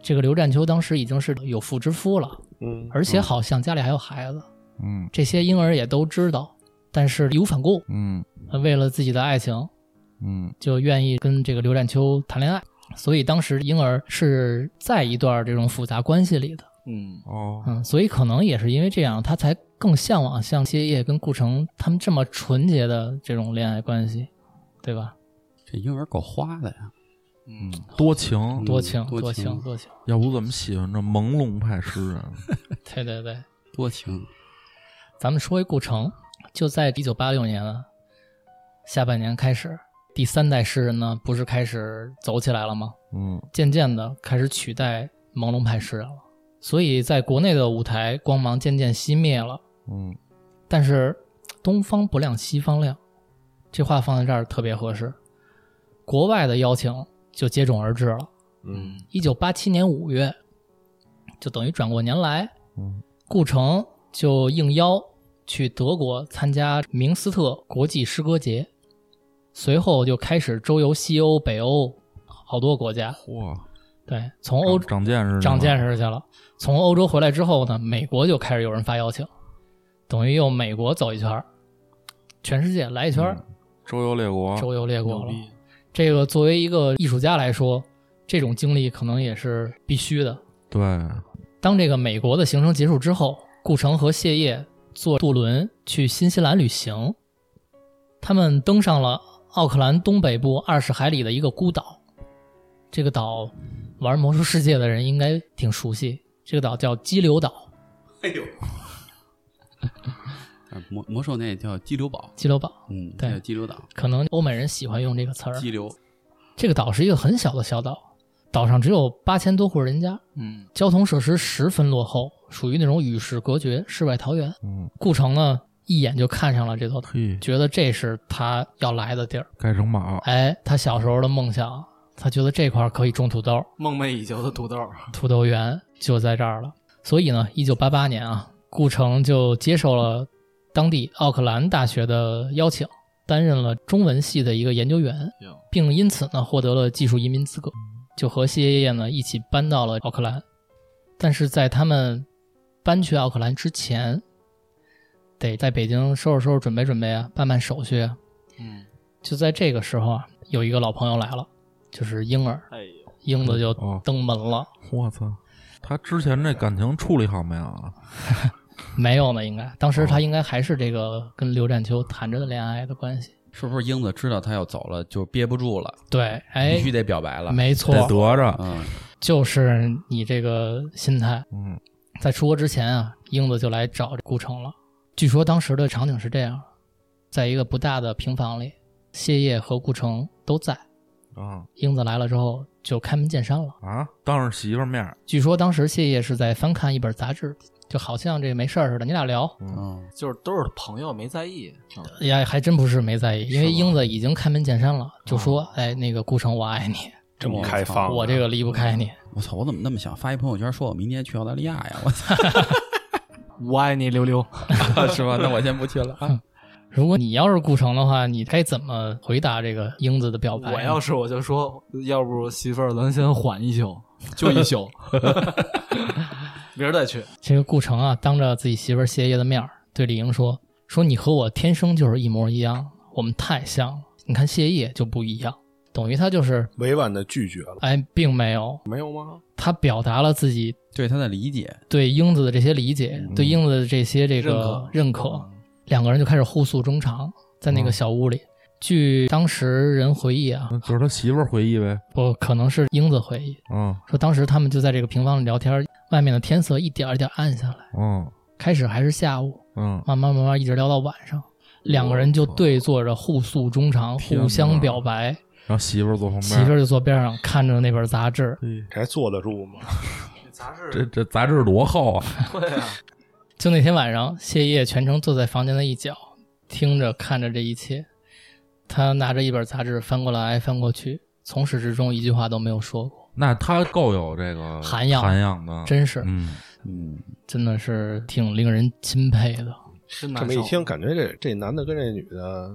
这个刘占秋当时已经是有妇之夫了，
嗯，
而且好像家里还有孩子，
嗯
这些婴儿也都知道，但是义无反顾，
嗯
为了自己的爱情，
嗯
就愿意跟这个刘占秋谈恋爱。所以当时婴儿是在一段这种复杂关系里的，
嗯
哦，
嗯，所以可能也是因为这样，他才更向往像谢烨跟顾城他们这么纯洁的这种恋爱关系，对吧？
这婴儿够花的呀，
嗯，
多情，
多情，
多
多
情
情，多情，
要不怎么喜欢这朦胧派 诗人？
对对对。
多情。
咱们说回顾城，就在一九八六年啊下半年开始，第三代诗人呢不是开始走起来了吗？
嗯
渐渐的开始取代朦胧派诗人了，所以在国内的舞台光芒渐渐熄灭了。
嗯
但是东方不亮西方亮，这话放在这儿特别合适。国外的邀请就接踵而至了。
嗯，
一九八七年五月，就等于转过年来，
嗯
顾城就应邀去德国参加明斯特国际诗歌节，随后就开始周游西欧、北欧好多国家。
嚯，
对对，从欧洲
长见识，
哦长见，识去了。从欧洲回来之后呢，美国就开始有人发邀请，等于又美国走一圈儿，全世界来一圈儿，
周游列国，
周游列国
哦牛
了。
逼，
这个作为一个艺术家来说，这种经历可能也是必须的。
对，
当这个美国的行程结束之后，顾城和谢烨坐渡轮去新西兰旅行，他们登上了奥克兰东北部二十海里的一个孤岛。这个岛玩《魔兽世界》的人应该挺熟悉，这个岛叫激流岛。
啊魔魔兽那也叫激流堡，
激流堡
嗯，
对
叫激流岛，
可能欧美人喜欢用这个词儿。
激流
这个岛是一个很小的小岛，岛上只有八千多户人家，
嗯，
交通设施十分落后，属于那种与世隔绝、世外桃源。
嗯，
顾城呢一眼就看上了这座岛，
嘿，
觉得这是他要来的地儿。
盖城堡，
哎，他小时候的梦想，他觉得这块儿可以种土豆，
梦寐以求的土豆儿，
土豆园就在这儿了。所以呢，一九八八年啊，顾城就接受了当地奥克兰大学的邀请，担任了中文系的一个研究员，
行，
并因此呢获得了技术移民资格，就和谢烨呢一起搬到了奥克兰。但是在他们搬去奥克兰之前，得在北京收拾收拾、准备准备啊，办办手续啊。
嗯，
就在这个时候啊，有一个老朋友来了，就是英儿，
哎呦，
英子就
哦
登门了。
我操，他之前这感情处理好没有啊？
没有呢，应该当时他应该还是这个跟刘占秋谈着的恋爱的关系。
是不是英子知道他要走了就憋不住了，
对，哎
必，须得表白了？
没错，
得得着，
嗯，
就是你这个心态。
嗯，
在出国之前啊，英子就来找顾城了。据说当时的场景是这样：在一个不大的平房里，谢烨和顾城都在。嗯
啊
英子来了之后就开门见山了。
啊，当着媳妇儿面儿，
据说当时谢烨是在翻看一本杂志，就好像这没事儿似的，你俩聊。
嗯
就是都是朋友，没在意，嗯
呀，还真不是没在意，因为英子已经开门见山了，
啊
就说：“哎，那个顾城，我爱你，
这么开放啊，
我这个离不开你。
我操，我怎么那么想发一朋友圈说我明天去澳大利亚呀？我操，
我爱你，溜溜，
是吧？那我先不去了啊。
如果你要是顾城的话，你该怎么回答这个英子的表白呢？
我要是我就说，要不媳妇儿咱先缓一宿，就一宿， 明儿再去。
这个顾城啊，当着自己媳妇儿谢烨的面儿对李莹说：“说你和我天生就是一模一样，我们太像了。你看谢烨就不一样，等于他就是
委婉的拒绝了，
哎，并没有，
没有吗？
他表达了自己
对他的理解，
对英子的这些理解，对英子的这些这个认可。两个人就开始互诉衷肠，在那个小屋里。据当时人回忆啊，
那就是他媳妇儿回忆呗，
不可能是英子回忆，
嗯
说当时他们就在这个平房里聊天，外面的天色一点儿一点儿暗下来，
嗯
开始还是下午，
嗯，
慢慢慢慢一直聊到晚上，两个人就对坐着互诉衷肠，
天哪
互相表白。
然后媳妇儿坐旁
媳
边
妇
儿，
儿就坐边上看着那本杂志，
嘿
这还坐得住吗？
杂志
这这杂志多厚啊，
对啊，
就那天晚上，谢烨全程坐在房间的一角，听着看着这一切。他拿着一本杂志翻过来翻过去，从始至终一句话都没有说过，
那他够有这个
涵养
涵养的，
真是、
嗯，
嗯，
真的是挺令人钦佩的。
是
这
难
么
受
一。听，感觉这这男的跟这女的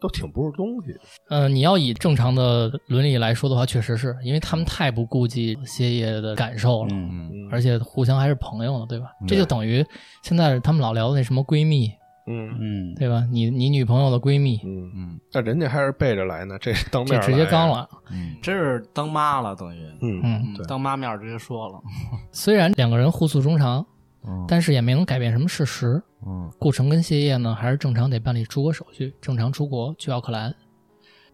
都挺不是东西的。
呃，你要以正常的伦理来说的话，确实是因为他们太不顾及谢烨的感受了，
嗯
嗯
而且互相还是朋友呢，对吧？这就等于现在他们老聊的那什么闺蜜，
嗯
嗯，
对吧？你你女朋友的闺蜜，
嗯
嗯，
那人家还是背着来呢，这当
这
面来
直接刚。了。
真是当妈了，等于，
嗯，
嗯，
对
当妈面儿直接说了，
虽然两个人互诉衷肠，
嗯
但是也没能改变什么事实。
嗯
顾城跟谢烨呢，还是正常得办理出国手续，正常出国去奥克兰。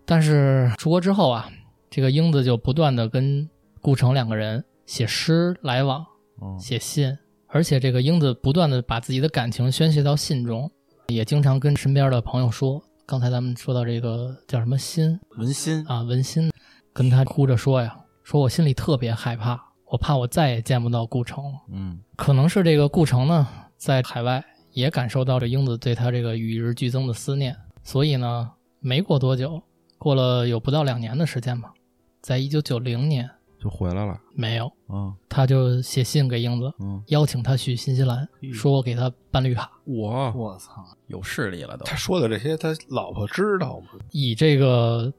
但是出国之后啊，这个英子就不断的跟顾城两个人写诗来往，
嗯
写信，而且这个英子不断的把自己的感情宣泄到信中，也经常跟身边的朋友说。刚才咱们说到这个叫什么心
文心
啊，文心，跟他哭着说呀，说我心里特别害怕，我怕我再也见不到顾城了。
嗯
可能是这个顾城呢，在海外也感受到这英子对他这个与日俱增的思念，所以呢，没过多久，过了有不到两年的时间吧，在一九九零年
就回来了，
没有，
嗯
他就写信给英子，
嗯，
邀请他去新西兰，说我给他办绿卡，
我
我操，
有势力了都
他。说的这些，他老婆知道吗？
以这个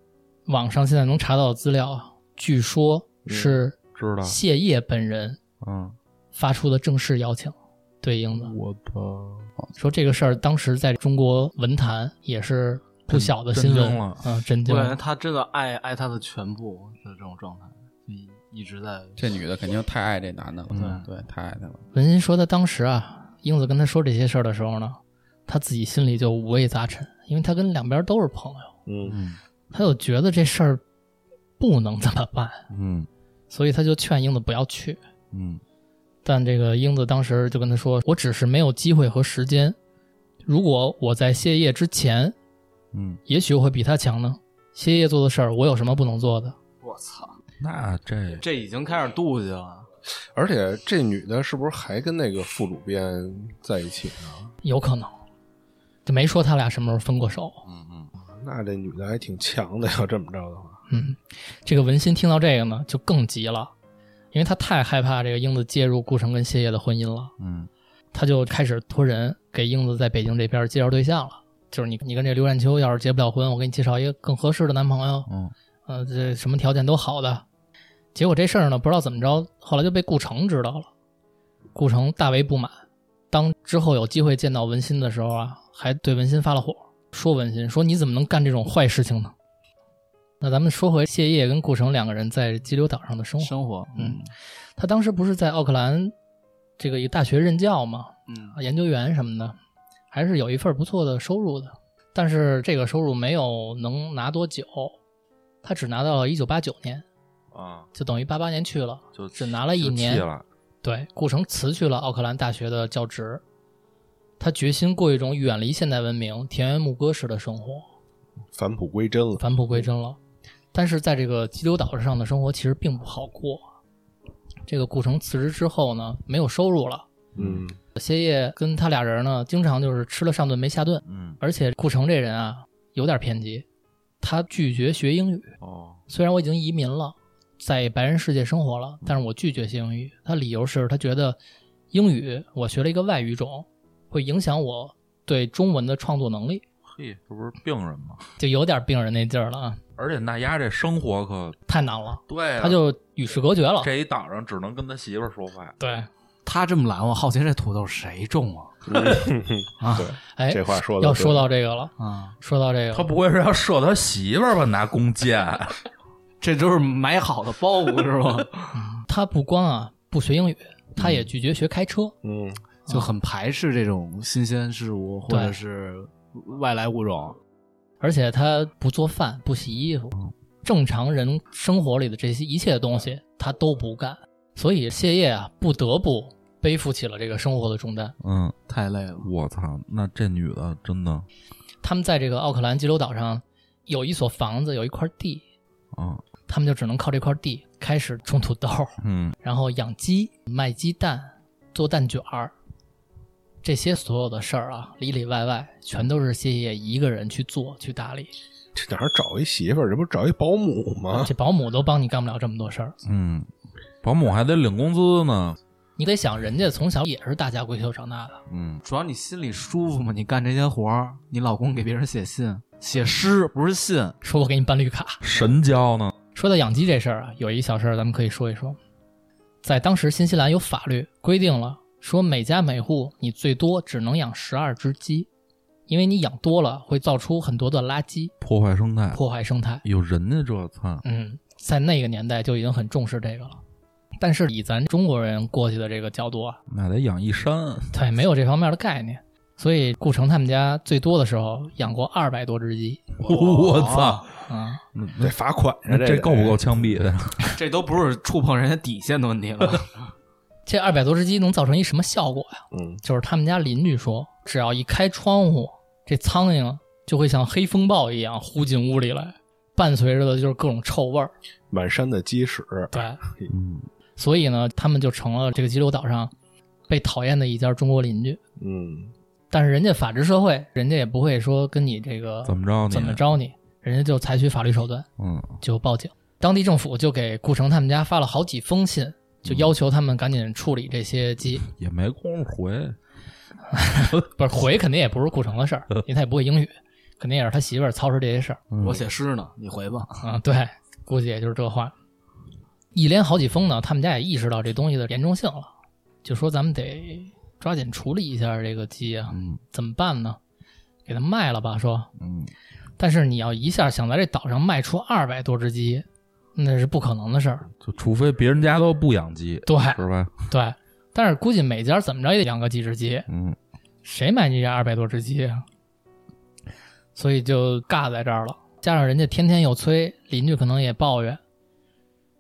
网上现在能查到的资料啊，据说是
知道，
谢烨本人
嗯，
发出的正式邀请，对应的
我吧，
说这个事儿当时在中国文坛也是不小的
震
新
震
闻
惊了
嗯，震
我
惊
感觉他真的爱爱他的全部的这种状态，就一一直在
这女的肯定太爱这男的了，
嗯
对，太爱他了。
文心说，他当时啊，英子跟他说这些事儿的时候呢，他自己心里就五味杂陈，因为他跟两边都是朋友，
嗯，
他就觉得这事儿不能怎么办，
嗯
所以他就劝英子不要去。
嗯
但这个英子当时就跟他说：“我只是没有机会和时间，如果我在谢烨之前，
嗯，
也许我会比他强呢。谢烨做的事儿，我有什么不能做的？
我操，
那这
这已经开始妒忌了。
而且这女的是不是还跟那个副主编在一起呢？
有可能。”就没说他俩什么时候分过手。
那这女的还挺强的，要这么着的话，
嗯，这个文心听到这个呢，就更急了，因为他太害怕这个英子介入顾城跟谢烨的婚姻了，
嗯
他就开始托人给英子在北京这边介绍对象了。就是你，你跟这刘占秋要是结不了婚，我给你介绍一个更合适的男朋友，
嗯
呃，这什么条件都好的。结果这事儿呢，不知道怎么着，后来就被顾城知道了。顾城大为不满，当之后有机会见到文心的时候啊，还对文心发了火，说文心说你怎么能干这种坏事情呢？那咱们说回谢烨跟顾城两个人在激流岛上的生活。
生活，
嗯，他当时不是在奥克兰这个一个大学任教吗？
嗯，
研究员什么的，还是有一份不错的收入的。但是这个收入没有能拿多久，他只拿到了一九八九年，
啊，
就等于八八年去了，
就
只拿了一
就
年
气了，
对，顾城辞去了奥克兰大学的教职，他决心过一种远离现代文明、田园牧歌式的生活，
返璞归真了。
返璞归真了。但是在这个激流岛上的生活其实并不好过。这个顾城辞职之后呢，没有收入了，
嗯，
谢烨跟他俩人呢，经常就是吃了上顿没下顿，
嗯
而且顾城这人啊，有点偏激，他拒绝学英语。
哦，
虽然我已经移民了，在白人世界生活了，但是我拒绝学英语。他理由是他觉得英语我学了一个外语种，会影响我对中文的创作能力，
嘿，这不是病人吗？
就有点病人那劲儿了啊，
而且那丫这生活可
太难了，
对啊
他就与世隔绝了。
这一岛上只能跟他媳妇儿说话，
对，
他这么懒，我好奇这土豆谁种啊？啊
嗯哎，
嗯这话说的
要说到这个了，
啊，
说到这个
他
了，
不会是要射他媳妇儿吧？拿弓箭，
这都是买好的包袱是吧？
他不光啊不学英语，他也拒绝学开车。
嗯，
就很排斥这种新鲜事物或者
对
是外来物种。嗯
而且他不做饭，不洗衣服，正常人生活里的这些一切东西他都不干，所以谢烨啊不得不背负起了这个生活的重担。
嗯，
太累了，
我操，那这女的真的
他们在这个奥克兰激流岛上有一所房子，有一块地，
嗯
啊，
他们就只能靠这块地开始种土 豆，
嗯
然后养鸡、卖鸡蛋、做蛋卷儿，这些所有的事儿啊，里里外外全都是谢烨一个人去做去打理，
这哪儿找一媳妇儿？这不是找一保姆吗？
这保姆都帮你干不了这么多事儿。
嗯，保姆还得领工资呢，
你得想，人家从小也是大家闺秀长大的，
嗯，
主要你心里舒服嘛，你干这些活儿，你老公给别人写信、写诗，不是信，
说我给你办绿卡。
神交呢，
说到养鸡这事儿啊，有一小事儿咱们可以说一说。在当时新西兰有法律规定了，说每家每户你最多只能养十二只鸡，因为你养多了会造出很多的垃圾，
破坏生态，
破坏生态。
有人家这操，
嗯，在那个年代就已经很重视这个了。但是以咱中国人过去的这个角度啊，
那得养一山，
对，没有这方面的概念，所以顾城他们家最多的时候养过二百多只鸡
我操，
啊。
得罚款呀！
嗯
那这
这
够不够枪毙的？
这都不是触碰人家底线的问题了。
这二百多只鸡能造成一什么效果呀？
嗯，
就是他们家邻居说，只要一开窗户，这苍蝇就会像黑风暴一样呼进屋里来，伴随着的就是各种臭味儿。
满山的鸡屎，
对，
嗯
所以呢，他们就成了这个激流岛上被讨厌的一家中国邻居。
嗯，
但是人家法治社会，人家也不会说跟你这个
怎么着你
怎么着你，人家就采取法律手段，
嗯，
就报警。当地政府就给顾城他们家发了好几封信，就
嗯
要求他们赶紧处理这些 鸡。
也没工夫回，
不是回肯定也不是顾城的事儿，
嗯
因为他也不会英语，肯定也是他媳妇儿操持这些事儿
我写诗呢，你回吧。
啊。对，估计也就是这话。一连好几封呢，他们家也意识到这东西的严重性了，就说咱们得抓紧处理一下这个鸡啊，
嗯
怎么办呢？给它卖了吧，说，
嗯，
但是你要一下想在这岛上卖出二百多只鸡，那是不可能的事儿。
就除非别人家都不养鸡，
对
是吧？
对，但是估计每家怎么着也得养个几只鸡，
嗯，
谁买你这二百多只鸡啊？所以就尬在这儿了。加上人家天天又催，邻居可能也抱怨，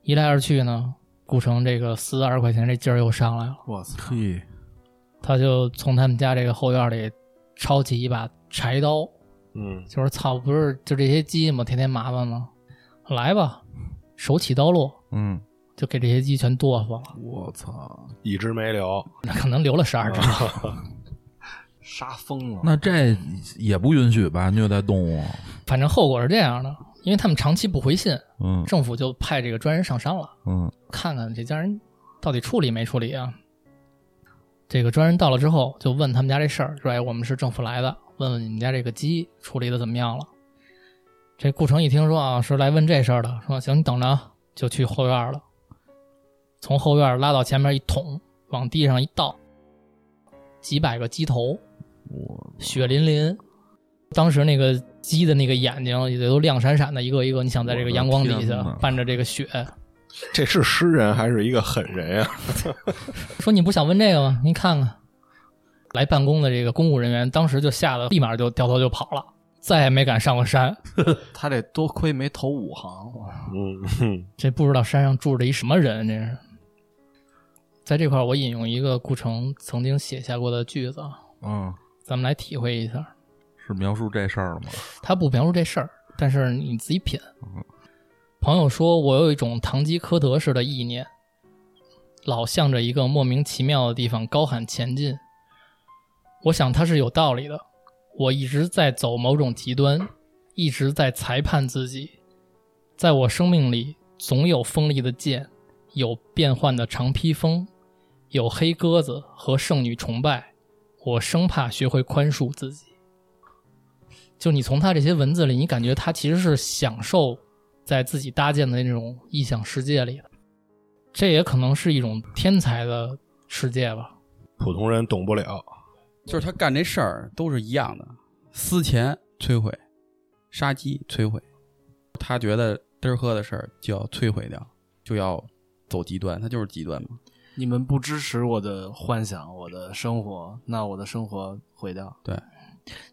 一来二去呢，顾城这个撕二十块钱这劲儿又上来了。
我操，
嘿，
他就从他们家这个后院里抄起一把柴刀，
嗯，
就是操，不是就这些鸡吗？天天麻烦吗？来吧，手起刀落，
嗯，
就给这些鸡全剁死了。
我操，一只没留，
那可能留了十二只，
杀疯了，
那这也不允许吧？虐待动物，
反正后果是这样的，因为他们长期不回信，
嗯
政府就派这个专人上山了，
嗯
看看这家人到底处理没处理啊。这个专人到了之后，就问他们家这事儿，说：“哎，我们是政府来的，问问你们家这个鸡处理的怎么样了。”这顾城一听说啊，是来问这事儿的，说：“行，你等着啊，就去后院了。”从后院拉到前面一捅，往地上一倒，几百个鸡头，血淋淋。当时那个鸡的那个眼睛也都亮闪闪的，一个一个，你想在这个阳光底
我的天
下
哪
伴着这个血，
这是诗人还是一个狠人呀？
说你不想问这个吗？您看看，来办公的这个公务人员当时就吓得立马就掉头就跑了，再也没敢上过山。
他这多亏没投五行，我
嗯哼，
这不知道山上住着一什么人，这是。在这块儿，我引用一个顾城曾经写下过的句子，啊，
嗯，
咱们来体会一下。
是描述这事儿吗？
他不描述这事儿，但是你自己品。朋友说，我有一种堂吉诃德式的意念，老向着一个莫名其妙的地方高喊前进。我想他是有道理的。我一直在走某种极端，一直在裁判自己。在我生命里，总有锋利的剑，有变幻的长披风，有黑鸽子和圣女崇拜。我生怕学会宽恕自己。就你从他这些文字里，你感觉他其实是享受在自己搭建的那种臆想世界里的，这也可能是一种天才的世界吧。
普通人懂不了。
就是他干这事儿都是一样的，私钱摧毁，杀鸡摧毁，他觉得嘚儿喝的事儿就要摧毁掉，就要走极端，他就是极端嘛。
你们不支持我的幻想，我的生活，那我的生活毁掉。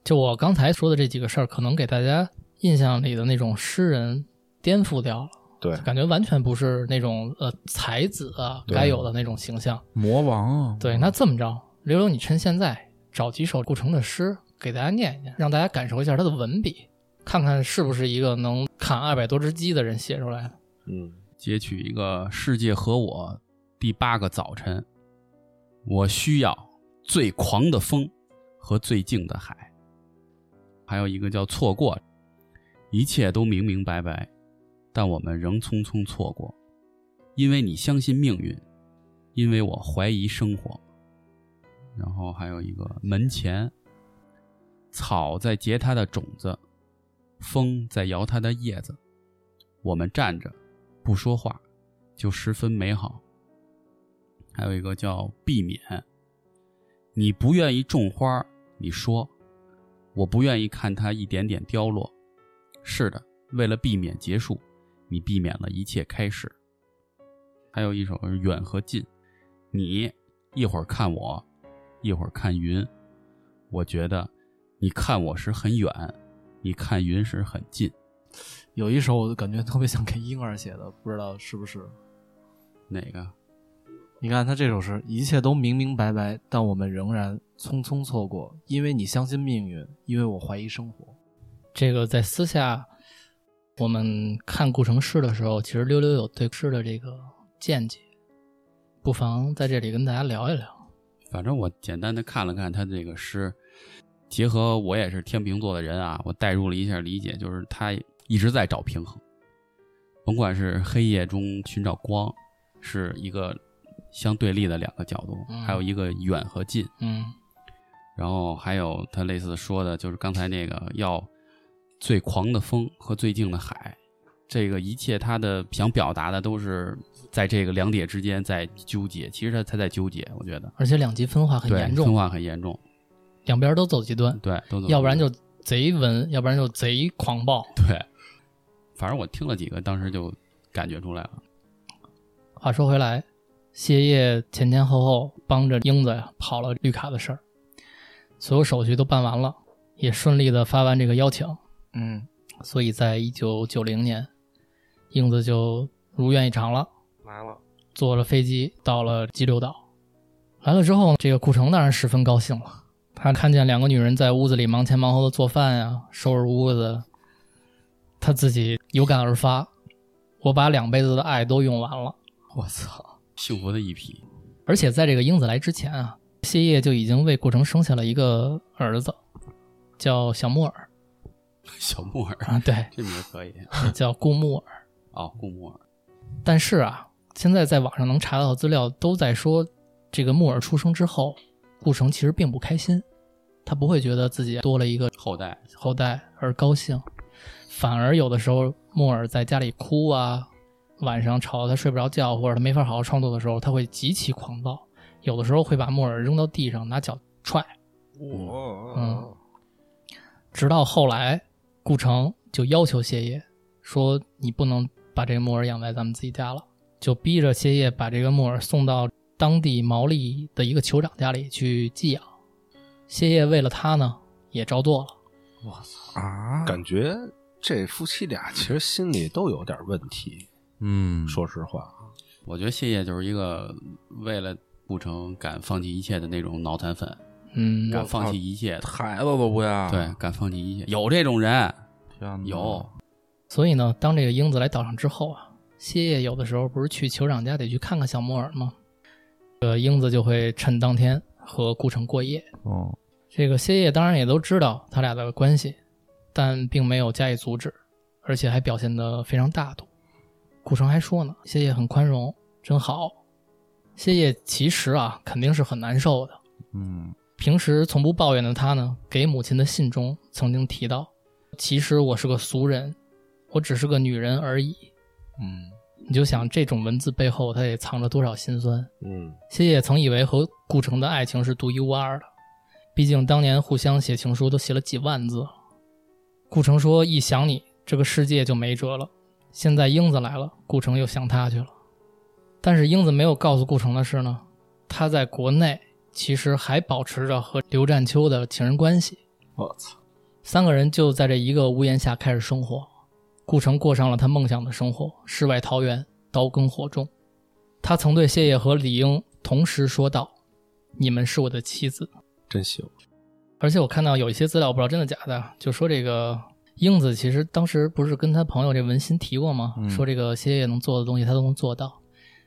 就我刚才说的这几个事儿，可能给大家印象里的那种诗人颠覆掉了，
对，
感觉完全不是那种呃才子啊
对
该有的那种形象。
魔王啊，
对，那这么着，刘刘，你趁现在找几首顾城的诗给大家念一念，让大家感受一下他的文笔，看看是不是一个能砍二百多只鸡的人写出来的。
嗯，
截取一个《世界和我》第八个早晨，我需要最狂的风和最静的海，还有一个叫错过，一切都明明白白，但我们仍匆匆错过，因为你相信命运，因为我怀疑生活。然后还有一个门前，草在结它的种子，风在摇它的叶子，我们站着。不说话，就十分美好。还有一个叫避免，你不愿意种花，你说我不愿意看它一点点凋落。是的，为了避免结束，你避免了一切开始。还有一首是远和近，你一会儿看我，一会儿看云，我觉得你看我时很远，你看云时很近。
有一首我就感觉特别像给婴儿写的，不知道是不是？
哪个？
你看他这首诗，一切都明明白白，但我们仍然匆匆错过，因为你相信命运，因为我怀疑生活。
这个在私下我们看顾城诗的时候，其实溜溜有对诗的这个见解，不妨在这里跟大家聊一聊。
反正我简单的看了看他这个诗，结合我也是天秤座的人啊，我代入了一下理解，就是他一直在找平衡，甭管是黑夜中寻找光，是一个相对立的两个角度，
嗯
还有一个远和近，
嗯，
然后还有他类似说的，就是刚才那个要最狂的风和最静的海，这个一切他的想表达的都是在这个两点之间在纠结，其实他他在纠结，我觉得
而且两极分化很
对
严
分
重，
化嗯很严重，
两边都走极端，
对，都
要不然就贼文，要不然就贼狂暴。
对，反正我听了几个，当时就感觉出来了，
话说回来，谢烨前前后后帮着英子呀跑了绿卡的事儿，所有手续都办完了，也顺利的发完这个邀请，
嗯，
所以在一九九零年，英子就如愿以偿了，
来了，
坐了飞机到了激流岛。来了之后，这个顾城当然十分高兴了。他看见两个女人在屋子里忙前忙后的做饭呀、收拾屋子，他自己有感而发：我把两辈子的爱都用完了。
我操，幸福的一批，
而且在这个英子来之前啊，谢烨就已经为顾城生下了一个儿子，叫小木耳
小木耳，
啊，对，
这名儿可以 啊
叫顾木耳。
哦，顾木耳，
但是啊，现在在网上能查到的资料都在说，这个木耳出生之后，顾城其实并不开心，他不会觉得自己多了一个
后代
后代而高兴，反而有的时候木耳在家里哭啊，晚上吵得他睡不着觉，或者他没法好好创作的时候，他会极其狂暴，有的时候会把木耳扔到地上，拿脚踹。嗯，直到后来，顾城就要求谢烨说：“你不能把这个木耳养在咱们自己家了。”就逼着谢烨把这个木耳送到当地毛利的一个酋长家里去寄养。谢烨为了他呢，也照做了。
啊，
感觉这夫妻俩其实心里都有点问题，
嗯，
说实话，
我觉得谢烨就是一个为了顾城敢放弃一切的那种脑残粉，
嗯，
敢放弃一切的，
孩子都不要，
对，，敢放弃一切，有这种人，
天哪
有，
所以呢，当这个英子来岛上之后啊，歇业有的时候不是去酋长家得去看看小木耳吗？呃，英子就会趁当天和顾城过夜。
哦，
这个歇业当然也都知道他俩的关系，但并没有加以阻止，而且还表现得非常大度。顾城还说呢，歇业很宽容，真好。歇业其实啊，肯定是很难受的。
嗯，
平时从不抱怨的他呢，给母亲的信中曾经提到：“其实我是个俗人，我只是个女人而已。”
嗯，
你就想这种文字背后，他得藏着多少辛酸。
嗯，
谢烨曾以为和顾城的爱情是独一无二的，毕竟当年互相写情书都写了几万字。顾城说：“一想你，这个世界就没辙了。”现在英子来了，顾城又想她去了。但是英子没有告诉顾城的是呢，她在国内其实还保持着和刘占秋的情人关系。
我操，
三个人就在这一个屋檐下开始生活。顾城过上了他梦想的生活，世外桃源，刀耕火种。他曾对谢烨和李英同时说道：“你们是我的妻子。
真行，”
而且我看到有一些资料，不知道真的假的，就说这个英子其实当时不是跟他朋友这文心提过吗？
嗯
说这个谢烨能做的东西他都能做到，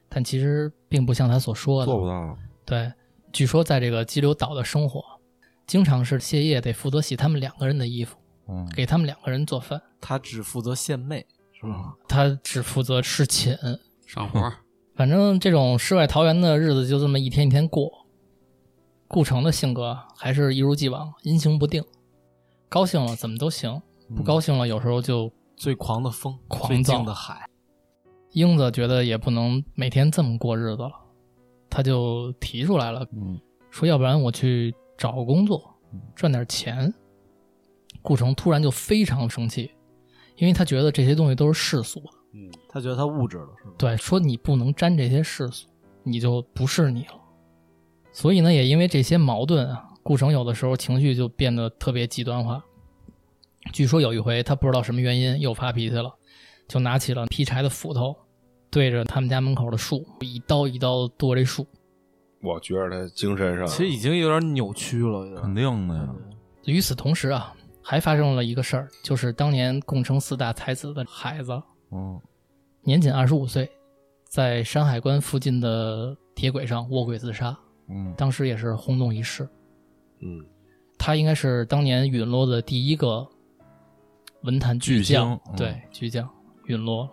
但其实并不像他所说的。
做不到，
对，据说在这个激流岛的生活，经常是谢烨得负责洗他们两个人的衣服，
嗯，
给他们两个人做饭。
他只负责献 媚，是吧？
他只负责侍寝。
上活儿，
反正这种世外桃源的日子就这么一天一天过。顾城的性格还是一如既往，阴晴不定，高兴了怎么都行，不高兴了有时候就
最狂的风，
狂
最
躁
静的海，
英子觉得也不能每天这么过日子了，他就提出来了，
嗯，
说要不然我去找个工作，赚点钱。顾城突然就非常生气，因为他觉得这些东西都是世俗的。
他觉得他物质了，是吧？
对，说你不能沾这些世俗，你就不是你了。所以呢，也因为这些矛盾啊，顾城有的时候情绪就变得特别极端化。据说有一回，他不知道什么原因又发脾气了，就拿起了劈柴的斧头，对着他们家门口的树一刀一刀地剁这树。
我觉得他精神上
其实已经有点扭曲了，有点
肯定的呀，
与此同时啊，还发生了一个事儿，就是当年共称四大才子的孩子，
嗯，
年仅二十五岁，在山海关附近的铁轨上卧轨自杀。
嗯，
当时也是轰动一时。
嗯，
他应该是当年陨落的第一个文坛巨匠，
巨星嗯
对，巨匠陨落了。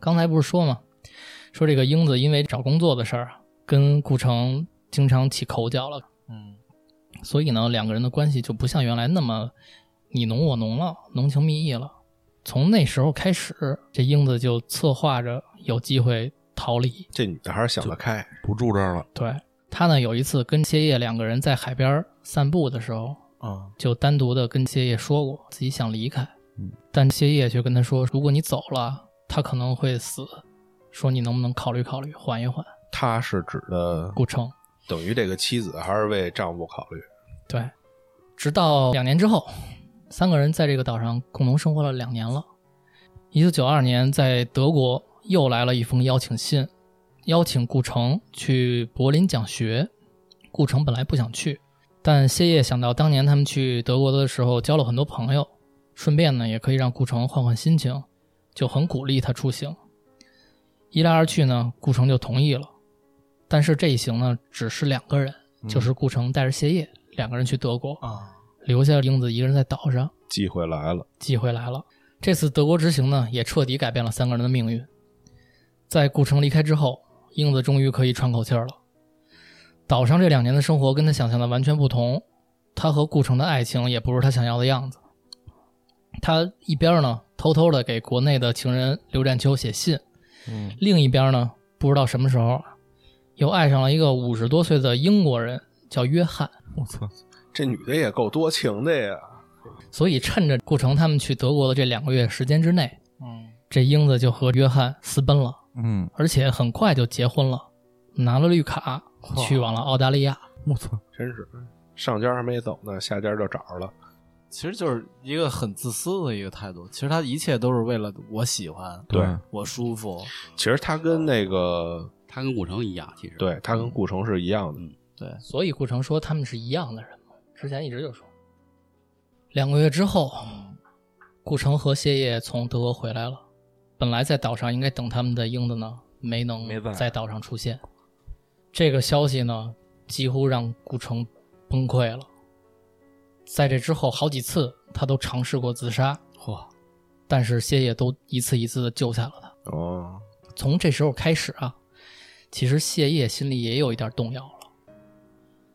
刚才不是说吗？说这个英子因为找工作的事儿啊，跟顾城经常起口角了，
嗯，
所以呢，两个人的关系就不像原来那么你侬我侬了，浓情蜜意了。从那时候开始，这英子就策划着有机会逃离。
这女的还是想得开，
不住这儿了，
对他呢，有一次跟谢烨两个人在海边儿散步的时候，
啊，
就单独的跟谢烨说过自己想离开
嗯，
但谢烨却跟他说，如果你走了，他可能会死，说你能不能考虑考虑，缓一缓。
她是指的
顾城，
等于这个妻子还是为丈夫考虑。
对，直到两年之后，三个人在这个岛上共同生活了两年了。一九九二年，在德国又来了一封邀请信，邀请顾城去柏林讲学。顾城本来不想去，但谢烨想到当年他们去德国的时候交了很多朋友，顺便呢也可以让顾城换换心情，就很鼓励他出行。一来二去呢，顾城就同意了。但是这一行呢，只是两个人，就是顾城带着谢烨两个人去德国
啊，
留下英子一个人在岛上。
机会来了，
机会来了。这次德国之行呢，也彻底改变了三个人的命运。在顾城离开之后，英子终于可以喘口气儿了。岛上这两年的生活跟他想象的完全不同，他和顾城的爱情也不是他想要的样子。他一边呢偷偷的给国内的情人刘占秋写信，另一边呢不知道什么时候啊又爱上了一个五十多岁的英国人，叫约翰。
我操，
这女的也够多情的呀。
所以趁着顾城他们去德国的这两个月时间之内，
嗯，
这英子就和约翰私奔了，
嗯，
而且很快就结婚了，拿了绿卡
哇
去往了澳大利亚。
我操，
真是上家还没走呢，下家就找着了。
其实就是一个很自私的一个态度。其实他一切都是为了我喜欢，
对，
我舒服，
其实她跟那个，
他跟古城一样，其实
对她跟顾城是一样的。
对，
所以顾城说他们是一样的人嘛，之前一直就说。两个月之后，顾城和谢烨从德国回来了，本来在岛上应该等他们的英子呢，没能
没在
在岛上出现。这个消息呢，几乎让顾城崩溃了。在这之后，好几次他都尝试过自杀，
嚯，
但是谢烨都一次一次的救下了他。
哦，
从这时候开始啊，其实谢烨心里也有一点动摇了。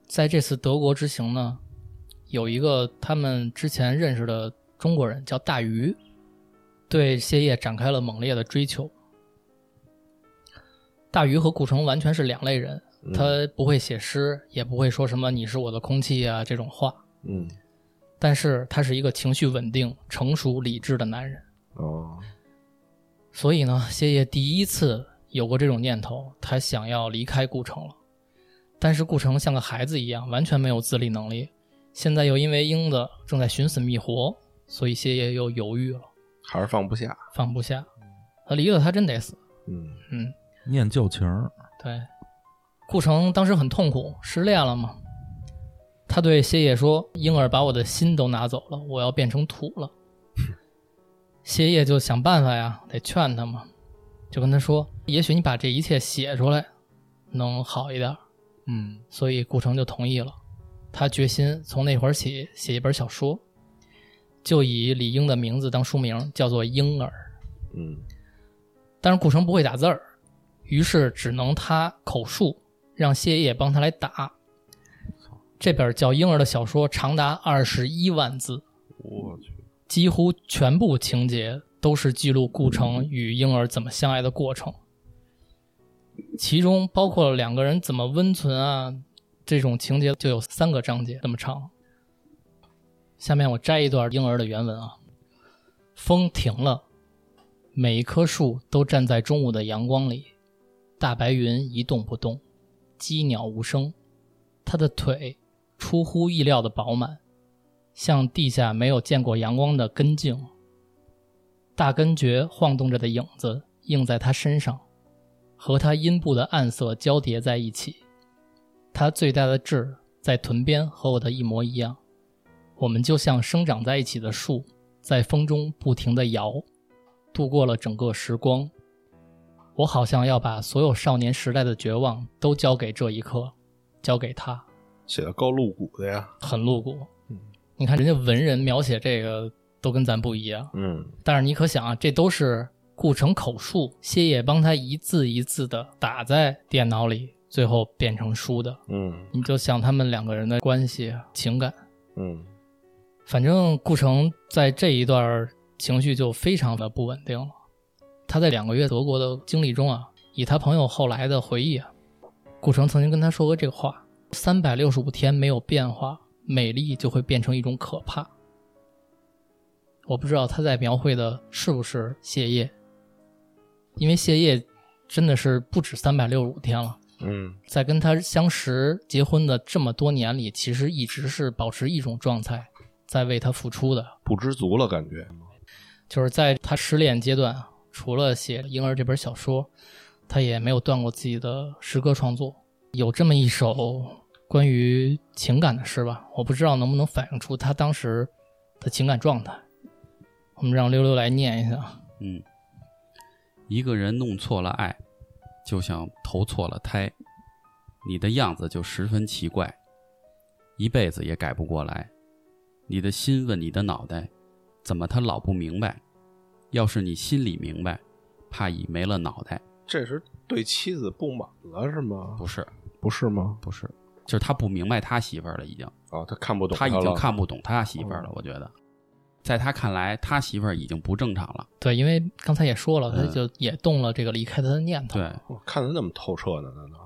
在这次德国之行呢，有一个他们之前认识的中国人叫大鱼，对谢烨展开了猛烈的追求。大鱼和顾城完全是两类人，他不会写诗，也不会说什么“你是我的空气啊”这种话，
嗯，
但是他是一个情绪稳定、成熟、理智的男人。
哦，
所以呢，谢烨第一次有过这种念头，他想要离开顾城了。但是顾城像个孩子一样，完全没有自理能力。现在又因为英子正在寻死觅活，所以谢烨又犹豫了，
还是放不下。
放不下。他离了他真得死。
嗯，
嗯，
念旧情儿，
对。顾城当时很痛苦，失恋了嘛。他对谢烨说：“婴儿把我的心都拿走了，我要变成土了。”谢烨就想办法呀，得劝他嘛，就跟他说：“也许你把这一切写出来，能好一点。
嗯”
所以顾城就同意了。他决心从那会儿起写一本小说，就以李英的名字当书名，叫做《婴儿》。
嗯，
但是顾城不会打字儿，于是只能他口述，让谢烨帮他来打。这本叫《婴儿》的小说长达二十一万字，
我去，
几乎全部情节都是记录顾城与婴儿怎么相爱的过程，其中包括两个人怎么温存啊这种情节，就有三个章节这么长。下面我摘一段婴儿的原文啊：风停了，每一棵树都站在中午的阳光里，大白云一动不动，鸡鸟无声。它的腿出乎意料的饱满，像地下没有见过阳光的根茎。大根蕨晃动着的影子映在他身上，和他阴部的暗色交叠在一起。他最大的痣在臀边和我的一模一样。我们就像生长在一起的树，在风中不停地摇，度过了整个时光。我好像要把所有少年时代的绝望都交给这一刻，交给他。
写的够露骨的呀。
很露骨。你看人家文人描写这个都跟咱不一样，
嗯，
但是你可想啊，这都是顾城口述，谢烨帮他一字一字的打在电脑里，最后变成书的。
嗯，
你就想他们两个人的关系、情感，
嗯，
反正顾城在这一段情绪就非常的不稳定了。他在两个月德国的经历中啊，以他朋友后来的回忆啊，顾城曾经跟他说过这个话：三百六十五天没有变化，美丽就会变成一种可怕。我不知道他在描绘的是不是谢烨，因为谢烨真的是不止三百六十五天了。
嗯，
在跟他相识、结婚的这么多年里，其实一直是保持一种状态，在为他付出的。
不知足了感觉。
就是在他失恋阶段，除了写《婴儿》这本小说，他也没有断过自己的诗歌创作。有这么一首关于情感的诗吧，我不知道能不能反映出他当时的情感状态。我们让溜溜来念一下。
嗯，一个人弄错了爱，就像投错了胎，你的样子就十分奇怪，一辈子也改不过来。你的心问你的脑袋，怎么他老不明白？要是你心里明白，怕已没了脑袋。
这是对妻子不满了是吗？
不是，
不是吗？
不是，就是他不明白他媳妇儿了，已经。
啊，他看不懂
他嗯已经
了。
看不懂他媳妇儿了。我觉得，在他看来，他媳妇儿已经不正常了。
对，因为刚才也说了，他
嗯
就也动了这个离开他的念头。
对，
我看的那么透彻呢，难道？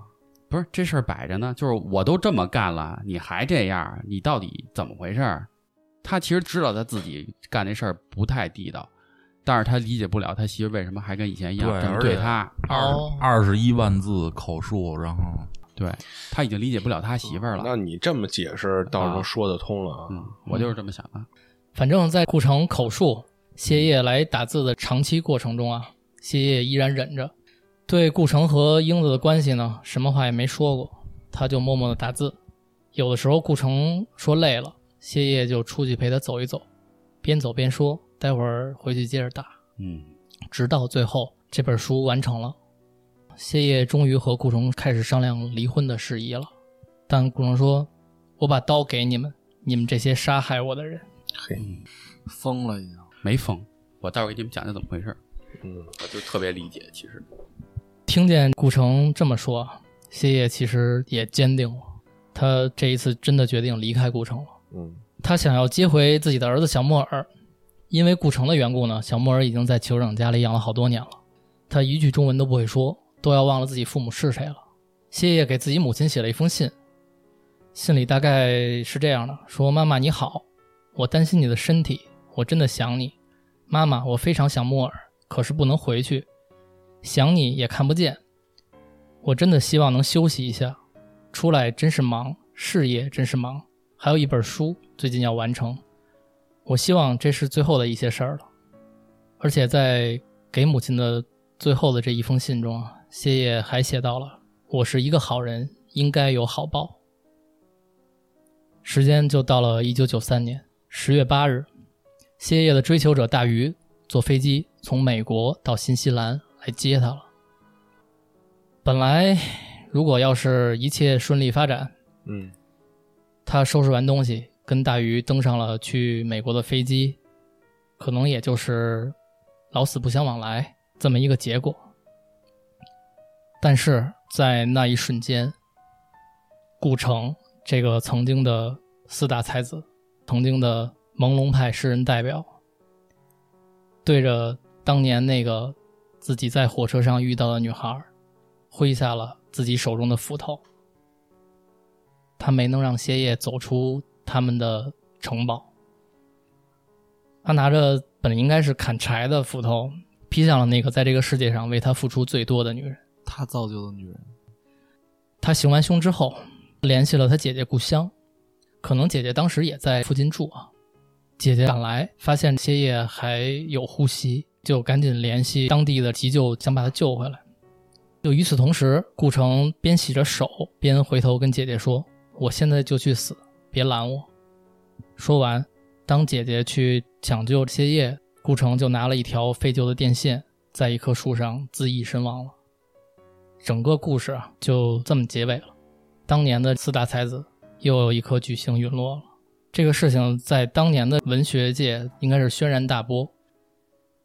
不是这事儿摆着呢，就是我都这么干了，你还这样，你到底怎么回事儿？他其实知道他自己干这事儿不太地道，但是他理解不了他媳妇儿为什么还跟以前一样
对
这么
而
对
且
他。
哦，
二十一万字口述，然后
对他已经理解不了他媳妇儿了。
那你这么解释，到时候说得通了啊。
嗯，我就是这么想的。
反正，在顾城口述谢烨来打字的长期过程中啊，谢烨依然忍着，对顾城和英子的关系呢，什么话也没说过，他就默默的打字。有的时候顾城说累了，谢烨就出去陪他走一走，边走边说，待会儿回去接着打。
嗯，
直到最后这本书完成了，谢烨终于和顾城开始商量离婚的事宜了。但顾城说：“我把刀给你们，你们这些杀害我的人。”
疯了已经。
没疯，我待会儿给你们讲讲怎么回事儿。
嗯，
我就特别理解，其实。
听见顾城这么说，谢烨其实也坚定了，他这一次真的决定离开顾城了。
嗯，
他想要接回自己的儿子小莫尔，因为顾城的缘故呢，小莫尔已经在酋长家里养了好多年了，他一句中文都不会说，都要忘了自己父母是谁了。谢烨给自己母亲写了一封信，信里大概是这样的：说妈妈你好，我担心你的身体，我真的想你，妈妈，我非常想莫尔，可是不能回去，想你也看不见，我真的希望能休息一下，出来真是忙，事业真是忙，还有一本书最近要完成，我希望这是最后的一些事儿了。而且在给母亲的最后的这一封信中啊，谢烨还写到了：“我是一个好人，应该有好报。”时间就到了一九九三年十月八日，谢烨的追求者大鱼坐飞机从美国到新西兰来接他了。本来如果要是一切顺利发展，
嗯，
他收拾完东西，跟大鱼登上了去美国的飞机，可能也就是老死不相往来这么一个结果。但是在那一瞬间，顾城这个曾经的四大才子，曾经的朦胧派诗人代表，对着当年那个自己在火车上遇到的女孩儿，挥下了自己手中的斧头。他没能让歇业走出他们的城堡。他拿着本应该是砍柴的斧头，劈向了那个在这个世界上为他付出最多的女人。
他造就的女人，
他行完凶之后，联系了他姐姐故乡，可能姐姐当时也在附近住啊。姐姐赶来，发现歇业还有呼吸，就赶紧联系当地的急救，想把他救回来。就与此同时，顾城边洗着手，边回头跟姐姐说：“我现在就去死，别拦我。”说完，当姐姐去抢救歇业，顾城就拿了一条废旧的电线，在一棵树上自缢身亡了。整个故事啊就这么结尾了。当年的四大才子又有一颗巨星陨落了，这个事情在当年的文学界应该是轩然大波。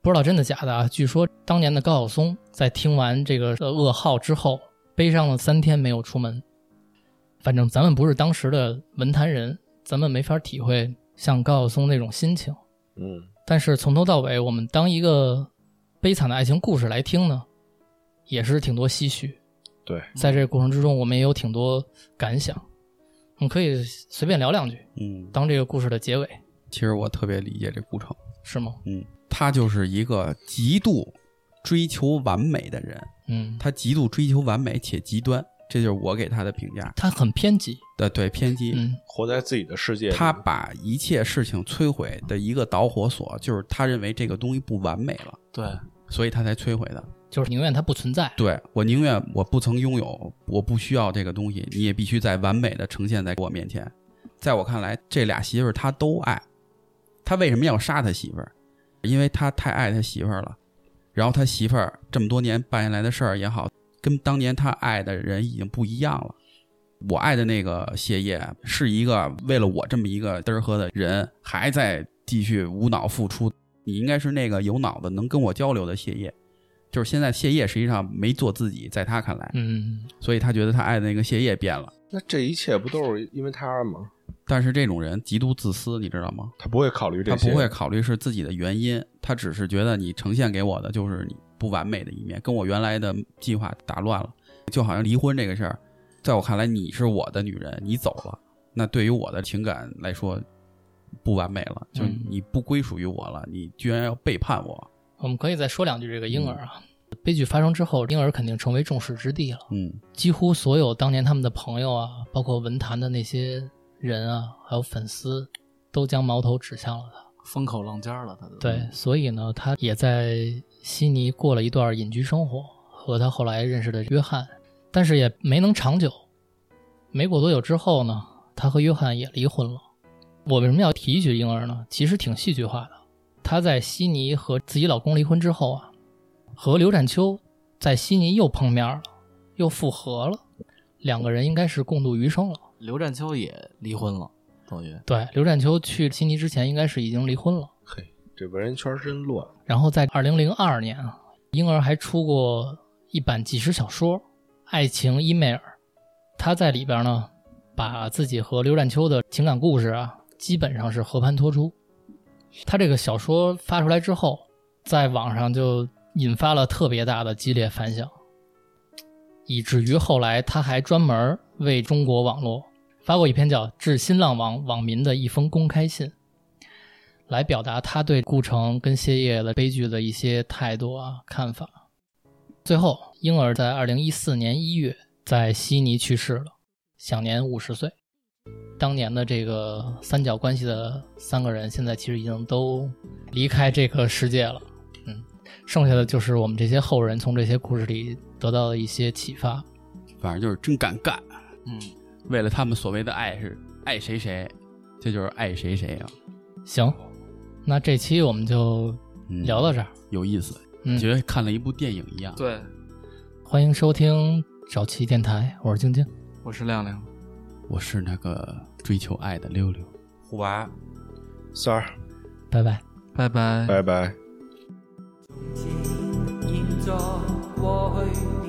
不知道真的假的啊？据说当年的高晓松在听完这个呃噩耗之后，悲伤了三天没有出门。反正咱们不是当时的文坛人，咱们没法体会像高晓松那种心情。
嗯，
但是从头到尾，我们当一个悲惨的爱情故事来听呢，也是挺多唏嘘。
对，
在这个过程之中，我们也有挺多感想。我们可以随便聊两句，
嗯，
当这个故事的结尾，
其实我特别理解这顾城，嗯
是吗？
他就是一个极度追求完美的人，
嗯，
他极度追求完美且极端，这就是我给他的评价。
他很偏激，
的对偏激，
嗯
活在自己的世界里。
他把一切事情摧毁的一个导火索，就是他认为这个东西不完美了，
对，
所以他才摧毁的。
就是宁愿它不存在。
对我宁愿我不曾拥有，我不需要这个东西，你也必须在完美的呈现在我面前。在我看来，这俩媳妇儿他都爱，他为什么要杀他媳妇儿？因为他太爱他媳妇儿了。然后他媳妇儿这么多年办下来的事儿也好，跟当年他爱的人已经不一样了。我爱的那个谢烨是一个为了我这么一个嘚儿呵的人，还在继续无脑付出。你应该是那个有脑子能跟我交流的谢烨，就是现在谢烨实际上没做自己，在他看来，
嗯，
所以他觉得他爱的那个谢烨变了。
那这一切不都是因为他吗？
但是这种人极度自私，你知道吗？
他不会考虑这
他
些，
不会考虑是自己的原因，他只是觉得你呈现给我的就是你不完美的一面，跟我原来的计划打乱了。就好像离婚这个事儿，在我看来，你是我的女人，你走了，那对于我的情感来说，不完美了，就是
嗯
你不归属于我了，你居然要背叛我。
我们可以再说两句这个婴儿啊。悲剧发生之后，婴儿肯定成为众矢之的了。
嗯，
几乎所有当年他们的朋友啊，包括文坛的那些人啊，还有粉丝，都将矛头指向了他。
风口浪尖儿了，他都
对，所以呢，他也在悉尼过了一段隐居生活，和他后来认识的约翰，但是也没能长久。没过多久之后呢，他和约翰也离婚了。我为什么要提一句婴儿呢？其实挺戏剧化的。她在悉尼和自己老公离婚之后啊，和刘占秋在悉尼又碰面了，又复合了，两个人应该是共度余生了。
刘占秋也离婚了，等于
对，刘占秋去悉尼之前应该是已经离婚了。
这文人圈真乱。
然后在二零零二年啊，婴儿还出过一版纪实小说《爱情伊妹尔》，他在里边呢，把自己和刘占秋的情感故事啊，基本上是和盘托出。他这个小说发出来之后，在网上就引发了特别大的激烈反响，以至于后来他还专门为中国网络发过一篇叫《致新浪网网民的一封公开信》。来表达他对顾城跟谢烨的悲剧的一些态度啊看法。最后，婴儿在二零一四年一月在悉尼去世了，享年五十岁。当年的这个三角关系的三个人，现在其实已经都离开这个世界了。嗯，剩下的就是我们这些后人从这些故事里得到的一些启发。
反正就是真敢干，
嗯，
为了他们所谓的爱是爱谁谁，这就是爱谁谁啊，
行，那这期我们就
嗯
聊到这儿。
有意思，
嗯，
觉得看了一部电影一样。
对，
欢迎收听早期电台，我是晶晶。
我是亮亮，
我是那个追求爱的溜溜。
胡白。
三儿，
拜拜。
拜
哎
拜
拜拜。
现在、过去、